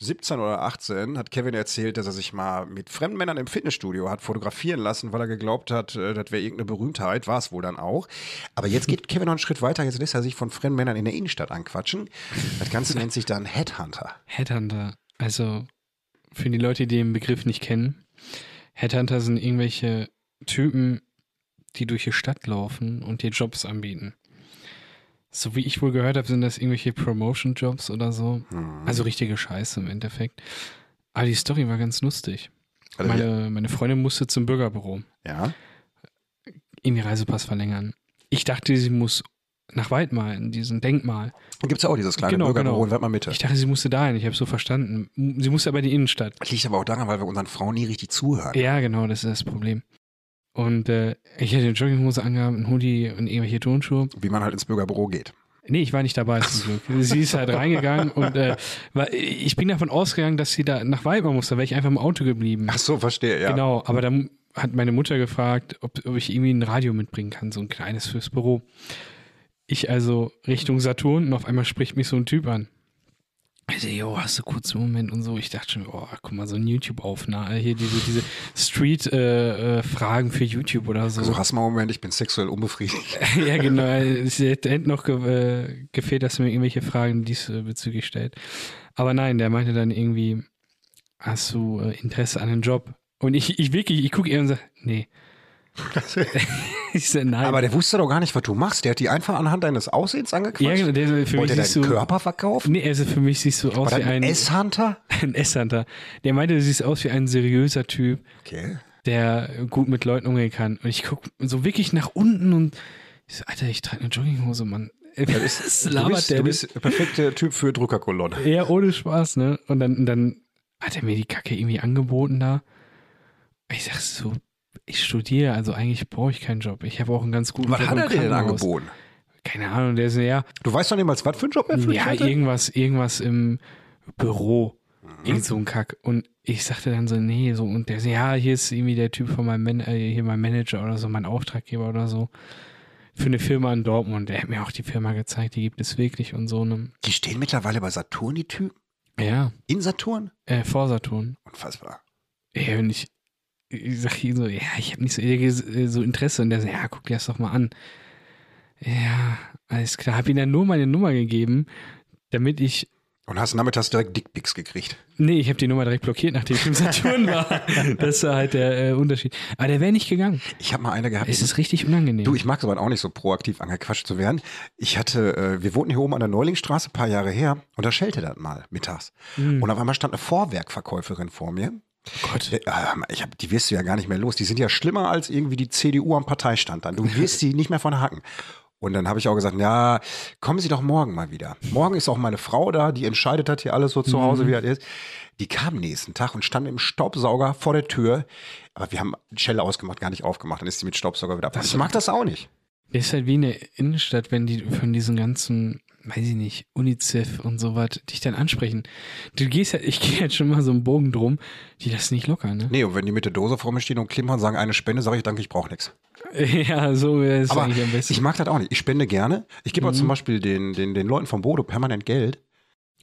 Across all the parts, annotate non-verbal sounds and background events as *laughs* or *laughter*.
17 oder 18 hat Kevin erzählt, dass er sich mal mit fremden Männern im Fitnessstudio hat fotografieren lassen, weil er geglaubt hat, äh, das wäre irgendeine Berühmtheit. War es wohl dann auch. Aber jetzt geht Kevin noch einen Schritt weiter. Jetzt lässt er sich von fremden Männern in der Innenstadt anquatschen. Das Ganze nennt sich dann Headhunter. Headhunter. Also für die Leute, die den Begriff nicht kennen, Headhunter sind irgendwelche Typen, die durch die Stadt laufen und dir Jobs anbieten. So wie ich wohl gehört habe, sind das irgendwelche Promotion-Jobs oder so. Also richtige Scheiße im Endeffekt. Aber die Story war ganz lustig. Also, meine, meine Freundin musste zum Bürgerbüro Ja. in die Reisepass verlängern. Ich dachte, sie muss nach Waldmar, in diesem Denkmal. Gibt es auch dieses kleine Genau, Bürgerbüro genau. in Wettmar Mitte. Ich dachte, sie musste dahin. Ich habe so verstanden. M- Sie musste aber in die Innenstadt. Das liegt aber auch daran, weil wir unseren Frauen nie richtig zuhören. Ja, genau, das ist das Problem. Und äh, ich hatte eine Jogginghose angehabt, einen Hoodie und irgendwelche Turnschuhe. Wie man halt ins Bürgerbüro geht. Nee, ich war nicht dabei zum Glück. Sie ist halt reingegangen und äh, war, ich bin davon ausgegangen, dass sie da nach Weimar muss. Da wäre ich einfach im Auto geblieben. Ach so, verstehe, ja. Genau, aber dann hat meine Mutter gefragt, ob, ob ich irgendwie ein Radio mitbringen kann, so ein kleines fürs Büro. Ich also Richtung Saturn und auf einmal spricht mich so ein Typ an. Also, jo, hast du kurz einen Moment und so. Ich dachte schon, oh, guck mal, so ein YouTube-Aufnahme. Hier diese, diese Street-Fragen für YouTube oder so. So hast du mal einen Moment, ich bin sexuell unbefriedigt. *laughs* ja, genau. Es hätte hätte noch ge äh, gefehlt, dass du mir irgendwelche Fragen diesbezüglich stellt. Aber nein, der meinte dann irgendwie, hast du äh, Interesse an einem Job? Und ich, ich wirklich, ich gucke ihr und sage, *laughs* nee. ich sage, nein. Aber der wusste doch gar nicht, was du machst. Der hat die einfach anhand deines Aussehens angequatscht. ja, genau, der, für Wollte mich er siehst deinen du, Körper verkaufen? nee, also für mich siehst du aus War wie das ein ein, S-Hunter? *laughs* ein Esshunter. Der meinte, du siehst aus wie ein seriöser Typ, Okay. der gut mit Leuten umgehen kann. Und ich gucke so wirklich nach unten und ich so, Alter, ich trage eine Jogginghose, Mann. *laughs* Was Du bist, denn? du bist der perfekte Typ für Drückerkolonne. Ja, ohne Spaß, ne? Und dann, dann hat er mir die Kacke irgendwie angeboten da. Ich sag so, ich studiere, also eigentlich brauche ich keinen Job. Ich habe auch einen ganz guten Was Job hat im er dir denn Krankenhaus. angeboten? Keine Ahnung, der ist so, ja, Du weißt doch niemals, was für einen Job er für dich ja hatte? irgendwas, irgendwas im Büro. Mhm. Irgend so ein Kack. Und ich sagte dann so, nee, so, und der so, ja, hier ist irgendwie der Typ von meinem Man äh, hier mein Manager oder so, mein Auftraggeber oder so. Für eine Firma in Dortmund. Der hat mir auch die Firma gezeigt, die gibt es wirklich und so. Ne? Die stehen mittlerweile bei Saturn, die Typen. Ja, In Saturn? äh, Vorsaturn. Unfassbar. Ja, und ich, ich sag ihm so, ja, ich habe nicht so, äh, so Interesse. Und der so, ja, guck dir das doch mal an. Ja, alles klar. Hab ihm dann nur meine Nummer gegeben, damit ich. Und hast nachmittags direkt Dickpics gekriegt. Nee, ich habe die Nummer direkt blockiert, nachdem ich im *laughs* Saturn war. Das war halt der äh, Unterschied. Aber der wäre nicht gegangen. Ich habe mal eine gehabt. Es ist richtig unangenehm. Du, ich mag es aber auch nicht so proaktiv angequatscht zu werden. Ich hatte, äh, wir wohnten hier oben an der Neulingstraße ein paar Jahre her und da schellte das mal mittags. Hm. Und auf einmal stand eine Vorwerkverkäuferin vor mir. Gott. Äh, Ich hab, die wirst du ja gar nicht mehr los. Die sind ja schlimmer als irgendwie die CDU am Parteistand dann. Du wirst die nicht mehr von Haken. Und dann habe ich auch gesagt, ja, kommen Sie doch morgen mal wieder. Morgen ist auch meine Frau da, die entscheidet hat hier alles so zu Hause, wie das ist. Die kam nächsten Tag und stand im Staubsauger vor der Tür. Aber wir haben Schelle ausgemacht, gar nicht aufgemacht. Dann ist sie mit Staubsauger wieder abgehauen. Ich mag das auch nicht. Das ist halt wie eine Innenstadt, wenn die von diesen ganzen, weiß ich nicht, UNICEF und so was dich dann ansprechen. Du gehst ja, ich gehe jetzt schon mal so einen Bogen drum, die das nicht locker, ne? Nee, und wenn die mit der Dose vor mir stehen und klimpern und sagen, eine Spende, sage ich, danke, ich brauche nichts. *laughs* Ja, so wäre es Aber eigentlich am besten. ich mag das auch nicht. Ich spende gerne. Ich gebe auch zum Beispiel den, den, den Leuten vom Bodo permanent Geld.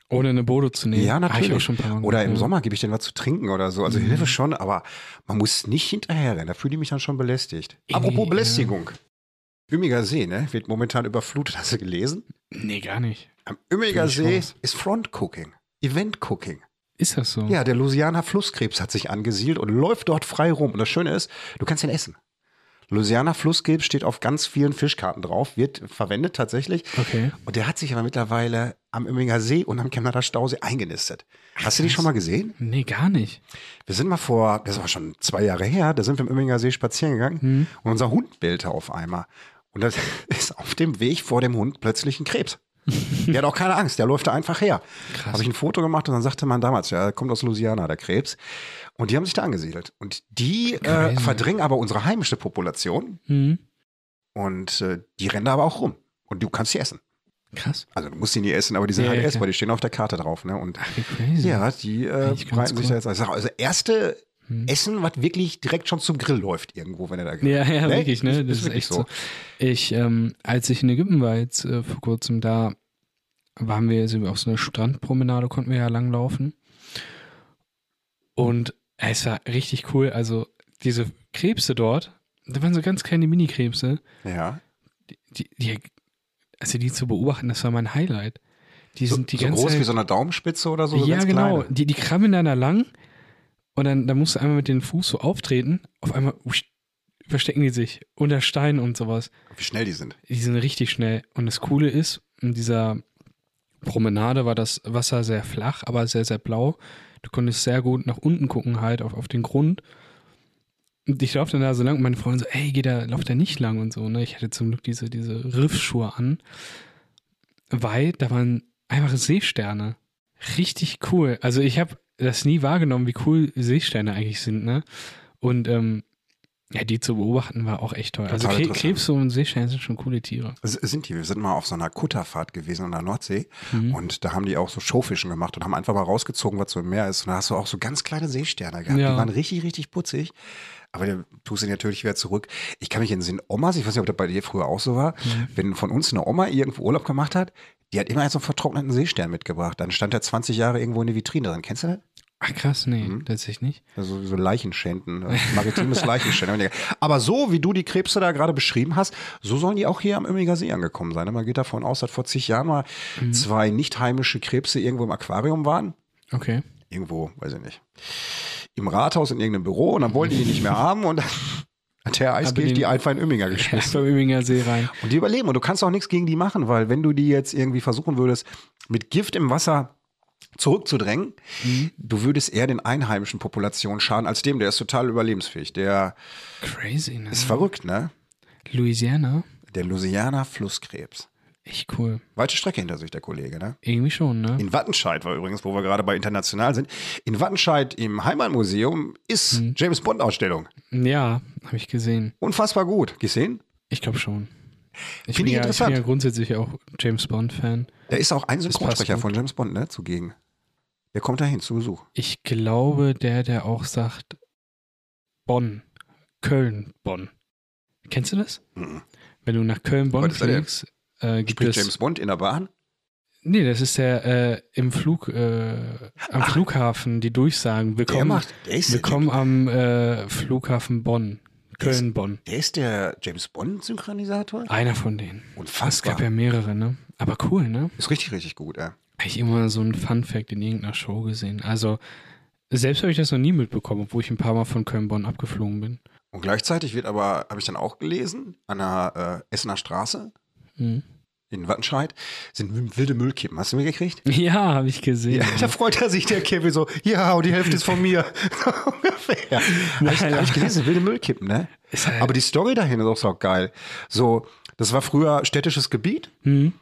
Ohne eine Bodo zu nehmen. Oh. Ja, Hab natürlich. ich auch schon ein paar Mal oder im gemacht, Sommer gebe ich denen was zu trinken oder so. Mhm. Also Hilfe schon, aber man muss nicht hinterherrennen. Da fühle ich mich dann schon belästigt. Irgendwie, Apropos ja. Belästigung. Ümiger See, ne? Wird momentan überflutet. Hast du gelesen? ja. Nee, gar nicht. Am Ümiger Find ich See raus. Mhm. ist Front-Cooking. Event-Cooking. Ist das so? Ja, der Louisianer Flusskrebs hat sich angesiedelt und läuft dort frei rum. Und das Schöne ist, du kannst ihn essen. Louisianer Flusskrebs steht auf ganz vielen Fischkarten drauf, wird verwendet tatsächlich. Okay. Und der hat sich aber mittlerweile am Üminger See und am Chemnader Stausee eingenistet. Hast du die schon mal gesehen? Nee, gar nicht. Wir sind mal vor, das war schon zwei Jahre her, da sind wir im Imminger See spazieren gegangen Hm. und unser Hund bellte auf einmal. Und das *laughs* ist auf dem Weg vor dem Hund plötzlich ein *laughs* Krebs. Der hat auch keine Angst, der läuft da einfach her. Habe ich ein Foto gemacht und dann sagte man damals, ja, kommt aus Louisiana, der Krebs. Und die haben sich da angesiedelt. Und die äh, Crazy. Hm. verdrängen aber unsere heimische Population. Und äh, die rennen da aber auch rum. Und du kannst sie essen. Krass. Also du musst sie nie essen, aber die sind Ja, halt ja, essbar, klar. die stehen auf der Karte drauf. Ne? Und Wie crazy. ja, die äh, Eigentlich ganz breiten sich cool. da jetzt aus. Also erste Hm. Essen, was wirklich direkt schon zum Grill läuft irgendwo, wenn er da Ja, ja, Ne? wirklich, ne? Ist- Das ist ist, wirklich echt so. so. Ich, ähm, als ich in Ägypten war, jetzt äh, vor kurzem, da waren wir, sind wir auf so einer Strandpromenade, konnten wir ja langlaufen. Und äh, es war richtig cool. Also, diese Krebse dort, da waren so ganz kleine Mini-Krebse, Ja. die, die, also die zu beobachten, das war mein Highlight. Die So, sind die so ganze groß Zeit, wie so eine Daumenspitze oder so. so ja, ganz genau. Kleine. Die, die krabben dann da lang und dann, dann musst du einmal mit dem Fuß so auftreten. Auf einmal usch, verstecken die sich unter Steinen und sowas. Wie schnell die sind. Die sind richtig schnell. Und das Coole ist, in dieser Promenade war das Wasser sehr flach, aber sehr, sehr blau. Du konntest sehr gut nach unten gucken, halt auf, auf den Grund. Und ich laufe dann da so lang und meine Freundin so, ey, geh da, lauf da nicht lang und so. Ne? Ich hatte zum Glück diese, diese Riffschuhe an, weil da waren einfach Seesterne. Richtig cool. Also ich habe das nie wahrgenommen, wie cool Seesterne eigentlich sind. Ne? Und ähm, ja, die zu beobachten war auch echt toll. Also Total Kre interessant. Krebse und Seesterne sind schon coole Tiere. S- Sind die. Wir sind mal auf so einer Kutterfahrt gewesen an der Nordsee Mhm. und da haben die auch so Showfischen gemacht und haben einfach mal rausgezogen, was so im Meer ist. Und da hast du auch so ganz kleine Seesterne gehabt. Die Ja. waren richtig, richtig putzig. Aber der tust sie natürlich wieder zurück. Ich kann mich in den Sinn Omas, ich weiß nicht, ob das bei dir früher auch so war, Mhm. wenn von uns eine Oma irgendwo Urlaub gemacht hat, die hat immer so einen vertrockneten Seestern mitgebracht. Dann stand der 20 Jahre irgendwo in der Vitrine drin. Kennst du das? Ach krass, nee, Mhm. tatsächlich nicht. Also so Leichenschänden, äh, maritimes *laughs* Leichenschänden. Aber so, wie du die Krebse da gerade beschrieben hast, so sollen die auch hier am Ömmiger See angekommen sein. Man geht davon aus, dass vor zig Jahren mal zwei nicht heimische Krebse irgendwo im Aquarium waren. Okay. Irgendwo, weiß ich nicht. Im Rathaus in irgendeinem Büro und dann wollten die die nicht mehr haben und dann hat Herr Eisbild den- die einfach in Ömmiger Bis geschmissen. beim Übinger See rein. Und die überleben. Und du kannst auch nichts gegen die machen, weil wenn du die jetzt irgendwie versuchen würdest, mit Gift im Wasser zurückzudrängen, Mhm. du würdest eher den einheimischen Populationen schaden als dem, der ist total überlebensfähig. Der Crazy, ne? ist verrückt, ne? Louisiana, Der Louisiana Flusskrebs. echt cool. Weite Strecke hinter sich, der Kollege, ne? Irgendwie schon, ne? In Wattenscheid war übrigens, wo wir gerade bei international sind. In Wattenscheid im Heimatmuseum ist Mhm. James Bond Ausstellung. ja, habe ich gesehen. Unfassbar gut. Gesehen? Ich glaube schon. Finde ich Ich bin, ja, ich bin interessant. ja grundsätzlich auch James Bond-Fan. Da ist auch ein passt Synchronsprecher gut. von James Bond, ne? Zugegen. Der kommt dahin zu Besuch. Ich glaube, der, der auch sagt Bonn, Köln, Bonn. Kennst du das? Mhm. Wenn du nach Köln-Bonn Was ist der denn? fliegst, äh, gibt Spielt es. James Bond in der Bahn? Nee, das ist der äh, im Flug, äh, am Ach. Flughafen, die Durchsagen. Willkommen, der ist, willkommen am äh, Flughafen Bonn, Der ist- Köln-Bonn. der ist der James Bond-Synchronisator? Einer von denen. Es Unfassbar. gab ja mehrere, ne? Aber cool, ne? Ist richtig, richtig gut, ey. Habe ich immer so einen Fun-Fact in irgendeiner Show gesehen. Also, selbst habe ich das noch nie mitbekommen, obwohl ich ein paar Mal von Köln-Bonn abgeflogen bin. Und gleichzeitig wird aber, habe ich dann auch gelesen, an der äh, Essener Straße Mhm. Hm. in Wattenscheid sind wilde Müllkippen. Hast du mir gekriegt? *laughs* Ja, habe ich gesehen. Ja, da Ja. freut er sich, der Kevin, so, ja, und die Hälfte ist von mir. *laughs* So Ungefähr. Habe ich, hab ich gelesen, wilde Müllkippen, ne? Ist halt- Aber die Story dahin ist auch so geil. So, das war früher städtisches Gebiet. Hm.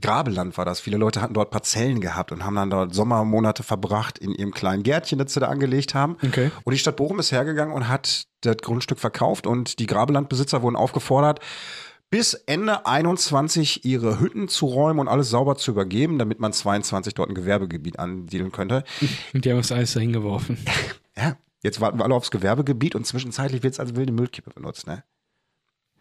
Grabeland war das. Viele Leute hatten dort Parzellen gehabt und haben dann dort Sommermonate verbracht in ihrem kleinen Gärtchen, das sie da angelegt haben. Okay. Und die Stadt Bochum ist hergegangen und hat das Grundstück verkauft und die Grabelandbesitzer wurden aufgefordert, bis Ende 21 ihre Hütten zu räumen und alles sauber zu übergeben, damit man 22 dort ein Gewerbegebiet ansiedeln könnte. Und die haben das alles dahin geworfen. Ja, jetzt warten wir alle aufs Gewerbegebiet und zwischenzeitlich wird es als wilde Müllkippe benutzt, ne?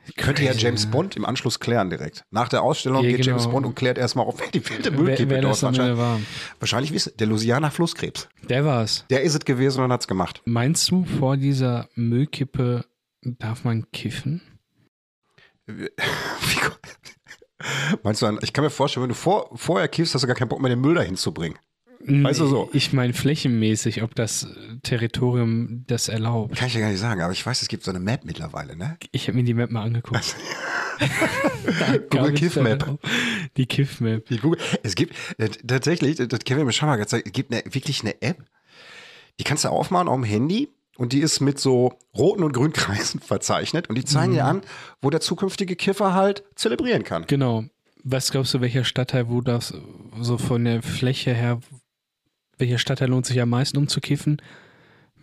*laughs* Könnte ja Crazy, James ne? Bond im Anschluss klären direkt. Nach der Ausstellung Ja, geht James genau. Bond und klärt erstmal auf, wer die wilde Wer, Müllkippe ne? wer das äh, dort am Ende wahrscheinlich. war. Wahrscheinlich ist der Louisiana Flusskrebs. Der war's. Der ist es gewesen und hat's gemacht. *laughs* Meinst du, vor dieser Müllkippe darf man kiffen? Wie gut. Meinst du, dann- ich kann mir vorstellen, wenn du vor, vorher kiffst, hast du gar keinen Bock mehr, den Müll dahin zu bringen. Weißt du, so. Ich meine flächenmäßig, ob das Territorium das erlaubt. Kann ich ja gar nicht sagen, aber ich weiß, es gibt so eine Map mittlerweile, ne? Ich habe mir die Map mal angeguckt. *laughs* Da kam ich Kiff da Map. drauf. Die Kiff-Map. Die Google, es gibt äh, tatsächlich, das hat Kevin mir schon mal gezeigt, es gibt eine, wirklich eine App, die kannst du aufmachen auf dem Handy und die ist mit so roten und grünen *laughs* Kreisen verzeichnet und die zeigen dir an, wo der zukünftige Kiffer halt zelebrieren kann. Genau. Was glaubst du, welcher Stadtteil, wo das so von der Fläche her, welcher Stadtteil lohnt sich am meisten um zu kiffen?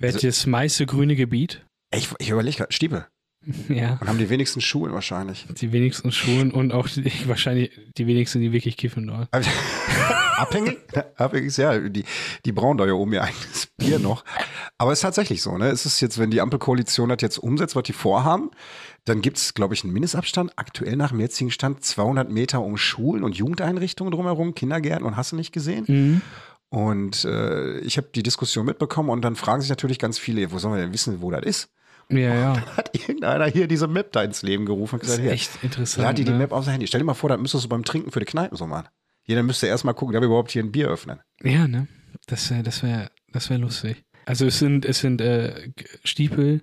Also- Welches meiste grüne Gebiet? *laughs* Ey, Ich, ich überlege gerade, Stiebe. Ja, Und haben die wenigsten Schulen wahrscheinlich. die wenigsten Schulen und auch die, wahrscheinlich die wenigsten, die wirklich kiffen dort. *laughs* Abhängig? Abhängig ist ja, die, die brauen da ja oben ihr eigenes Bier noch. Aber es ist tatsächlich so, ne? Es ist jetzt, wenn die Ampelkoalition das jetzt umsetzt, was die vorhaben, dann gibt es, glaube ich, einen Mindestabstand, aktuell nach dem jetzigen Stand 200 Meter um Schulen und Jugendeinrichtungen drumherum, Kindergärten und hast du nicht gesehen? Und äh, ich habe die Diskussion mitbekommen und dann fragen sich natürlich ganz viele, wo sollen wir denn wissen, wo das ist? *laughs* Ja, ja. Hat irgendeiner hier diese Map da ins Leben gerufen und Das gesagt, ist hier, echt interessant. Lad dir die ne? Map auf sein Handy. Stell dir mal vor, dann müsstest du beim Trinken für die Kneipen so machen. Jeder müsste erstmal gucken, darf ich überhaupt hier ein Bier öffnen. Ja, ne? Das wäre das wär, das wär lustig. Also es sind, es sind äh, G- Stiepel,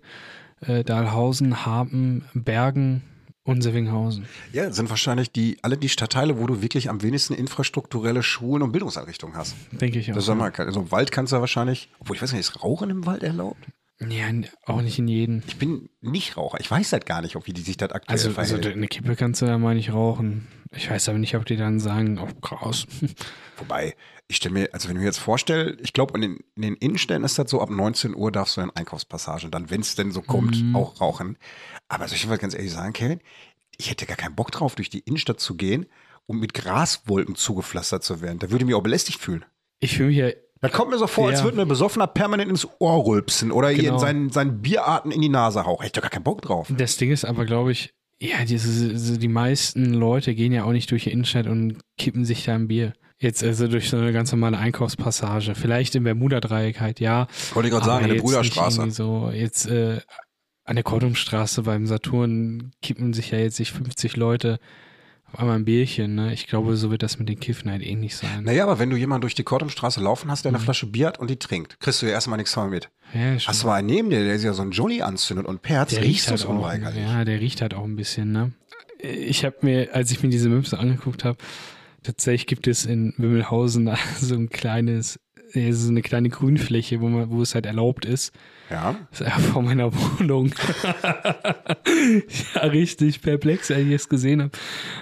äh, Dahlhausen, Hapen, Bergen und Sevinghausen. Ja, sind wahrscheinlich die, alle die Stadtteile, wo du wirklich am wenigsten infrastrukturelle Schulen und Bildungseinrichtungen hast. Denke ich auch. Das ist ja mal, kein- so im Wald kannst du ja wahrscheinlich, obwohl ich weiß gar nicht, ist Rauchen im Wald erlaubt? ja, n- auch nicht in jedem. Ich bin nicht Raucher. Ich weiß halt gar nicht, ob wie die sich das aktuell Also, also verhält. eine Kippe kannst du da mal nicht rauchen. Ich weiß aber nicht, ob die dann sagen, oh krass. *laughs* Wobei, ich stelle mir, also wenn ich mir jetzt vorstelle, ich glaube, in den, in den Innenstädten ist das so, ab 19 Uhr darfst du in Einkaufspassagen dann, wenn es denn so kommt, Mhm. auch rauchen. Aber soll ich dir mal ganz ehrlich sagen, Kevin, ich hätte gar keinen Bock drauf, durch die Innenstadt zu gehen und mit Graswolken zugepflastert zu werden. Da würde ich mich auch belästigt fühlen. Ich fühle mich ja, Das kommt mir so vor, als Ja. würde mir Besoffener permanent ins Ohr rülpsen oder hier in Genau. seinen, seinen Bierarten in die Nase hauchen. Hätte ich doch gar keinen Bock drauf. das Ding ist aber, glaube ich, ja, diese, diese, die meisten Leute gehen ja auch nicht durch die Innenstadt und kippen sich da ein Bier. Jetzt also durch so eine ganz normale Einkaufspassage. Vielleicht im Bermuda-Dreieck halt, ja. Wollte ich gerade sagen, in der jetzt nicht Bruderstraße. irgendwie So, jetzt äh, an der Kortumstraße beim Saturn kippen sich ja jetzt nicht 50 Leute auf einmal ein Bierchen. Ne? Ich glaube, so wird das mit den Kiffen halt ähnlich sein. Naja, aber wenn du jemanden durch die Kortumstraße laufen hast, der Mhm. eine Flasche Bier hat und die trinkt, kriegst du ja erstmal nichts von mit. Ja, schon. Hast du mal einen neben dir, der sich ja so einen Jolly anzündet und perzt, riechst du es halt auch, unweigerlich. Ja, der riecht halt auch ein bisschen, ne? Ich habe mir, als ich mir diese Maps so angeguckt habe, tatsächlich gibt es in Wimmelhausen *laughs* so ein kleines, äh, so eine kleine Grünfläche, wo man, wo es halt erlaubt ist. Ja. Das ist einfach vor meiner *laughs* Wohnung. ja, richtig perplex, als ich es gesehen habe.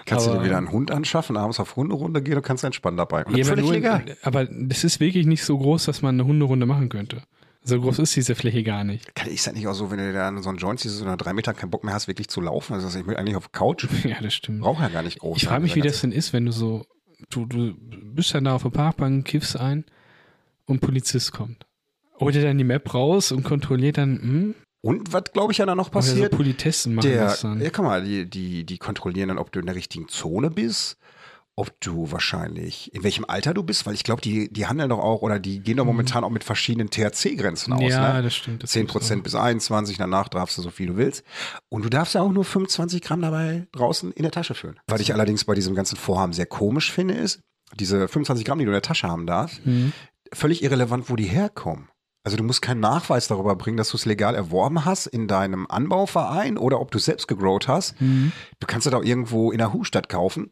Kannst du Aber- ähm, dir wieder einen Hund anschaffen, abends auf Hunderunde gehen und kannst entspannen dabei. Und Ja, das aber, ist nur, völlig legal. aber das ist wirklich nicht so groß, dass man eine Hunderunde machen könnte. So groß ist diese Fläche gar nicht. *laughs* Kann ich das nicht auch so, wenn du da an so einen Joint siehst und nach drei Metern keinen Bock mehr hast, wirklich zu laufen? Also ich will eigentlich auf der Couch. Ja, das stimmt. Brauche ja gar nicht groß. Ich frage mich, wie das denn ist, wenn du so, du, du bist dann da auf der Parkbank, kiffst ein und Polizist kommt. Oder dann die Map raus und kontrolliert dann, hm, Und was, glaube ich, ja dann noch oder so passiert, Politessen machen der, das dann. ja, guck mal, die, die, die kontrollieren dann, ob du in der richtigen Zone bist, ob du wahrscheinlich, in welchem Alter du bist, weil ich glaube, die, die handeln doch auch oder die gehen doch momentan auch mit verschiedenen THC-Grenzen aus. Mhm. ja, ne? das stimmt. Das 10 gibt's Prozent bis 21, danach darfst du so viel du willst. Und du darfst ja auch nur 25 Gramm dabei draußen in der Tasche führen. Was ich allerdings bei diesem ganzen Vorhaben sehr komisch finde, ist, diese 25 Gramm, die du in der Tasche haben darfst, auch. Hm. völlig irrelevant, wo die herkommen. Also du musst keinen Nachweis darüber bringen, dass du es legal erworben hast in deinem Anbauverein oder ob du es selbst gegrowt hast. Hm. Du kannst es auch irgendwo in der Hustadt kaufen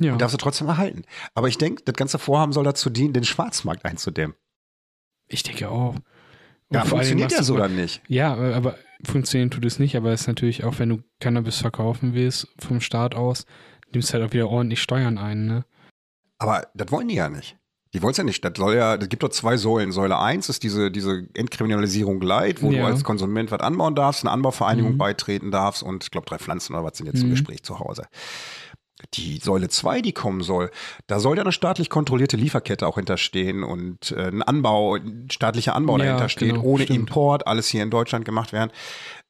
Ja. und darfst es trotzdem erhalten. Aber ich denke, das ganze Vorhaben soll dazu dienen, den Schwarzmarkt einzudämmen. Ich denke auch. Und Ja, vor allen Dingen funktioniert ja machst so du- dann nicht. Ja, aber aber funktionieren tut es nicht, aber es ist natürlich auch, wenn du Cannabis verkaufen willst vom Staat aus, nimmst halt auch wieder ordentlich Steuern ein, ne? Aber das wollen die ja nicht. Die wollen es ja nicht. Das soll ja, es gibt doch zwei Säulen. Säule 1 ist diese, diese Entkriminalisierung Light, wo du Ja. als Konsument was anbauen darfst, eine Anbauvereinigung Mhm. beitreten darfst und ich glaube drei Pflanzen oder was sind jetzt im Mhm. Gespräch zu Hause. Die Säule 2, die kommen soll, da soll ja eine staatlich kontrollierte Lieferkette auch hinterstehen und äh, ein Anbau, ein staatlicher Anbau Ja, dahinter steht, genau, ohne stimmt. Import, alles hier in Deutschland gemacht werden.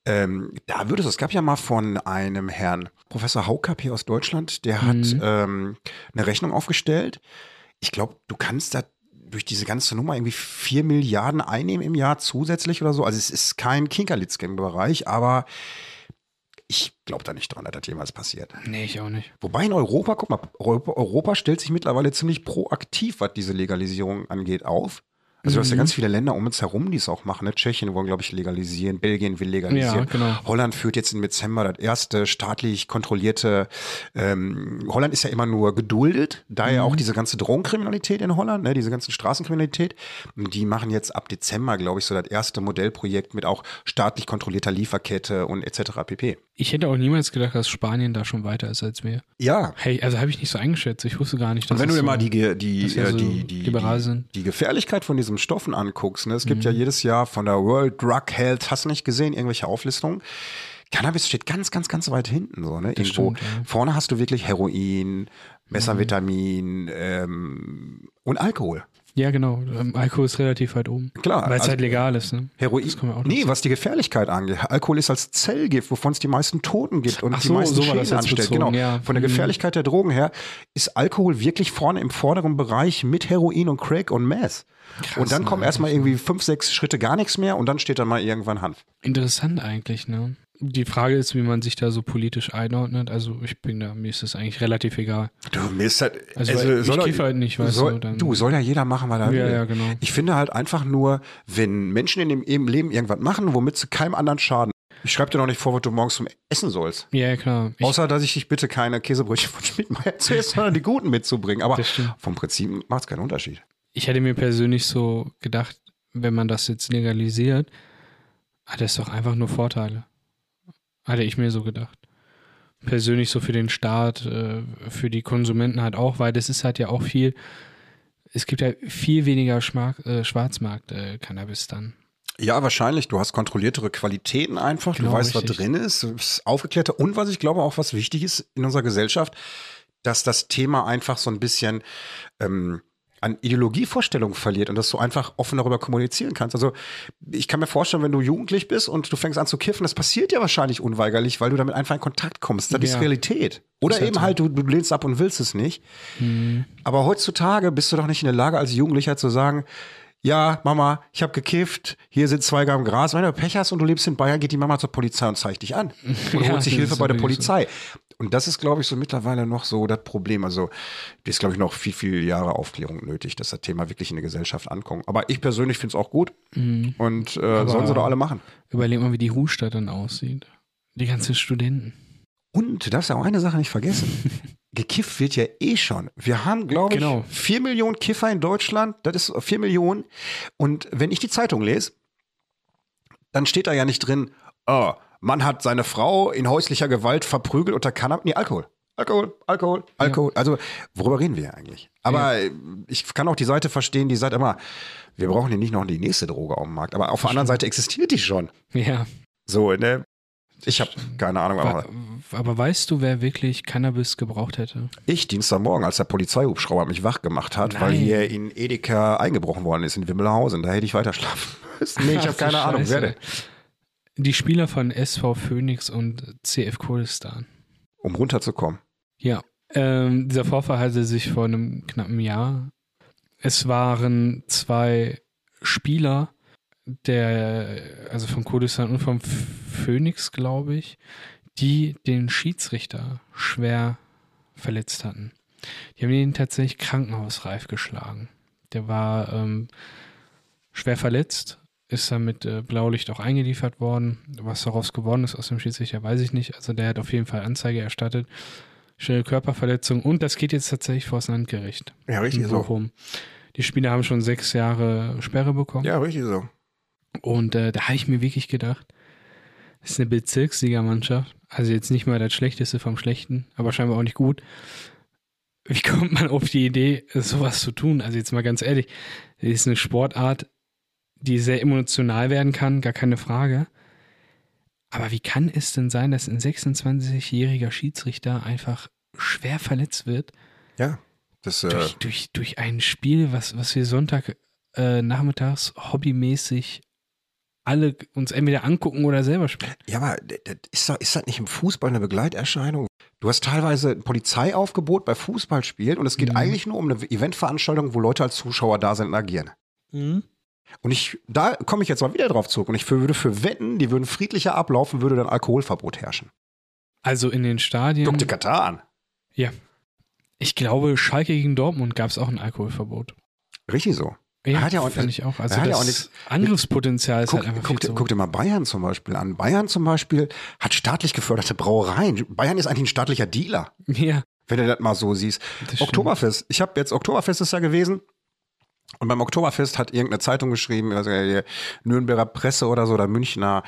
Ähm, da würde es, es gab ja mal von einem Herrn Professor Haukapp hier aus Deutschland, der hat Mhm. ähm, eine Rechnung aufgestellt. Ich glaube, du kannst da durch diese ganze Nummer irgendwie 4 Milliarden einnehmen im Jahr zusätzlich oder so. Also es ist kein Kinkerlitzgang-Bereich, aber ich glaube da nicht dran, dass das jemals passiert. Nee, ich auch nicht. Wobei in Europa, guck mal, Europa, Europa stellt sich mittlerweile ziemlich proaktiv, was diese Legalisierung angeht, auf. Also du hast ja Mhm. ganz viele Länder um uns herum, die es auch machen. Ne? Tschechien wollen, glaube ich, legalisieren, Belgien will legalisieren. Ja, genau. Holland führt jetzt im Dezember das erste staatlich kontrollierte, ähm, Holland ist ja immer nur geduldet, daher auch diese ganze Drogenkriminalität in Holland, ne, diese ganzen Straßenkriminalität, Und die machen jetzt ab Dezember, glaube ich, so das erste Modellprojekt mit auch staatlich kontrollierter Lieferkette und etc. pp. Ich hätte auch niemals gedacht, dass Spanien da schon weiter ist als wir. Ja, Hey, also habe ich nicht so eingeschätzt. Ich wusste gar nicht, dass Und wenn du es dir so, mal die, Ge- die, dass wir äh, so die, die, liberal die, sind. Mhm. die Gefährlichkeit von diesen Stoffen anguckst, ne? es gibt ja jedes Jahr von der World Drug Health, hast du nicht gesehen, irgendwelche Auflistungen, Cannabis steht ganz, ganz, ganz weit hinten. So, ne? Das Irgendwo. stimmt, ja. Vorne hast du wirklich Heroin, Mhm. Messervitamin ähm, und Alkohol. Ja, genau. Ähm, Alkohol ist relativ weit oben. Klar, Weil es also- halt legal ist, ne? Heroin. Das kommen wir auch noch nee, was die Gefährlichkeit angeht. Alkohol ist als Zellgift, wovon es die meisten Toten gibt und Ach die so, meisten so war Schäden das jetzt anstellt. Genau. bezogen, ja. Von der Mhm. Gefährlichkeit der Drogen her ist Alkohol wirklich vorne im vorderen Bereich mit Heroin und Crack und Meth. und dann kommen erstmal irgendwie fünf, sechs Schritte gar nichts mehr und dann steht dann mal irgendwann Hanf. Interessant eigentlich, ne? Die Frage ist, wie man sich da so politisch einordnet. Also ich bin da, mir ist das eigentlich relativ egal. Du, mir ist halt, Also, weil ich kiff halt nicht, weißt soll, du, dann- du, soll ja jeder machen, weil er Ja, will. ja, genau. Ich finde halt einfach nur, wenn Menschen in dem im Leben irgendwas machen, womit sie keinem anderen schaden. Ich schreibe dir noch nicht vor, was du morgens zum Essen sollst. Ja, ja, klar. Ich, Außer, dass ich dich bitte keine Käsebrötchen von Schmidtmeier zu *laughs* essen, sondern die guten mitzubringen. Aber Das stimmt. vom Prinzip macht es keinen Unterschied. ich hätte mir persönlich so gedacht, wenn man das jetzt legalisiert, hat es doch einfach nur Vorteile. Hatte ich mir so gedacht. Persönlich so für den Staat, äh, für die Konsumenten halt auch, weil das ist halt ja auch viel, es gibt halt viel weniger Schmark, äh, Schwarzmarkt-Cannabis dann. Ja, wahrscheinlich. Du hast kontrolliertere Qualitäten einfach. Genau, du weißt, was richtig. drin ist. Du bist aufgeklärter. Und was ich glaube auch, was wichtig ist in unserer Gesellschaft, dass das Thema einfach so ein bisschen ähm, an Ideologievorstellungen verliert und dass du einfach offen darüber kommunizieren kannst. Also ich kann mir vorstellen, wenn du jugendlich bist und du fängst an zu kiffen, das passiert ja wahrscheinlich unweigerlich, weil du damit einfach in Kontakt kommst. Das ist Ja. Realität. Oder Ist halt eben so. halt, du, du lehnst ab und willst es nicht. Aber heutzutage bist du doch nicht in der Lage, als Jugendlicher zu sagen, ja, Mama, ich habe gekifft, hier sind zwei Gramm Gras. Wenn du Pech hast und du lebst in Bayern, geht die Mama zur Polizei und zeigt dich an *laughs* und Ja, holt sich das Hilfe ist bei der wirklich so. Polizei. Und das ist, glaube ich, so mittlerweile noch so das Problem. Also da ist, glaube ich, noch viel, viel Jahre Aufklärung nötig, dass das Thema wirklich in der Gesellschaft ankommt. Aber ich persönlich finde es auch gut und äh, sollen sie doch alle machen. Überleg mal, wie die Ruhestadt dann aussieht. Die ganzen Studenten. Und du darfst ja auch eine Sache nicht vergessen. Gekifft wird ja eh schon. Wir haben, glaube Genau. ich, vier Millionen Kiffer in Deutschland. Das ist vier Millionen. Und wenn ich die Zeitung lese, dann steht da ja nicht drin, oh, Mann hat seine Frau in häuslicher Gewalt verprügelt unter Cannabis. Nee, Alkohol. Alkohol, Alkohol, Alkohol. Also, worüber reden wir eigentlich? Aber äh, ich kann auch die Seite verstehen, die sagt immer, wir brauchen hier nicht noch die nächste Droge auf dem Markt. Aber auf der anderen Seite existiert die schon. Ja. So, ne? Ich habe keine Ahnung. aber- Wa- Aber weißt du, wer wirklich Cannabis gebraucht hätte? Ich, Dienstagmorgen, als der Polizeihubschrauber mich wach gemacht hat, weil Nein. hier in Edeka eingebrochen worden ist, in Wimmelhausen, da hätte ich weiter schlafen *laughs* müssen. Nee, ich habe Ach, du keine Ahnung, Scheiße. wer denn? Die Spieler von SV Phoenix und CF Kurdistan. Um runterzukommen. Ja. Ähm, dieser Vorfall hatte sich vor einem knappen Jahr. Es waren zwei Spieler der, also von Kurdistan und vom Phoenix, glaube ich, die den Schiedsrichter schwer verletzt hatten. Die haben ihn tatsächlich krankenhausreif geschlagen. Der war ähm, schwer verletzt, ist dann mit äh, Blaulicht auch eingeliefert worden. Was daraus geworden ist aus dem Schiedsrichter, weiß ich nicht. Also der hat auf jeden Fall Anzeige erstattet. Schwere Körperverletzung und das geht jetzt tatsächlich vors Landgericht. Ja, in Bochum. Die Spieler haben schon sechs Jahre Sperre bekommen. Ja, richtig so. Und äh, da habe ich mir wirklich gedacht, das ist eine Bezirksligamannschaft. Also jetzt nicht mal das Schlechteste vom Schlechten, aber scheinbar auch nicht gut. Wie kommt man auf die Idee, sowas zu tun? Also jetzt mal ganz ehrlich, das ist eine Sportart, die sehr emotional werden kann, gar keine Frage. Aber wie kann es denn sein, dass ein 26-jähriger Schiedsrichter einfach schwer verletzt wird Ja. Das, äh, durch, durch, durch ein Spiel, was, was wir Sonntag äh, nachmittags hobbymäßig alle uns entweder angucken oder selber spielen. ja, aber d- d- ist das, ist das nicht im Fußball eine Begleiterscheinung? Du hast teilweise ein Polizeiaufgebot bei Fußballspielen und es geht Mhm. eigentlich nur um eine Eventveranstaltung, wo Leute als Zuschauer da sind und agieren. Mhm. Und ich, da komme ich jetzt mal wieder drauf zurück und ich würde für wetten, die würden friedlicher ablaufen, würde dann Alkoholverbot herrschen. Also in den Stadien. Guck dir Katar an. Ich glaube, Schalke gegen Dortmund gab es auch ein Alkoholverbot. Richtig so. Ja, Hat ja auch- fand ich auch. Also hat ja das auch nichts- Angriffspotenzial ist Guck, halt einfach guck, viel dir, zu guck dir mal Bayern zum Beispiel an. Bayern zum Beispiel hat staatlich geförderte Brauereien. Bayern ist eigentlich ein staatlicher Dealer, hoch. Ja, wenn du das mal so siehst. das stimmt. Oktoberfest. Ich habe jetzt Oktoberfest ist ja gewesen. Und beim äh, Oktoberfest hat irgendeine Zeitung geschrieben, also die Nürnberger Presse oder so, oder Münchner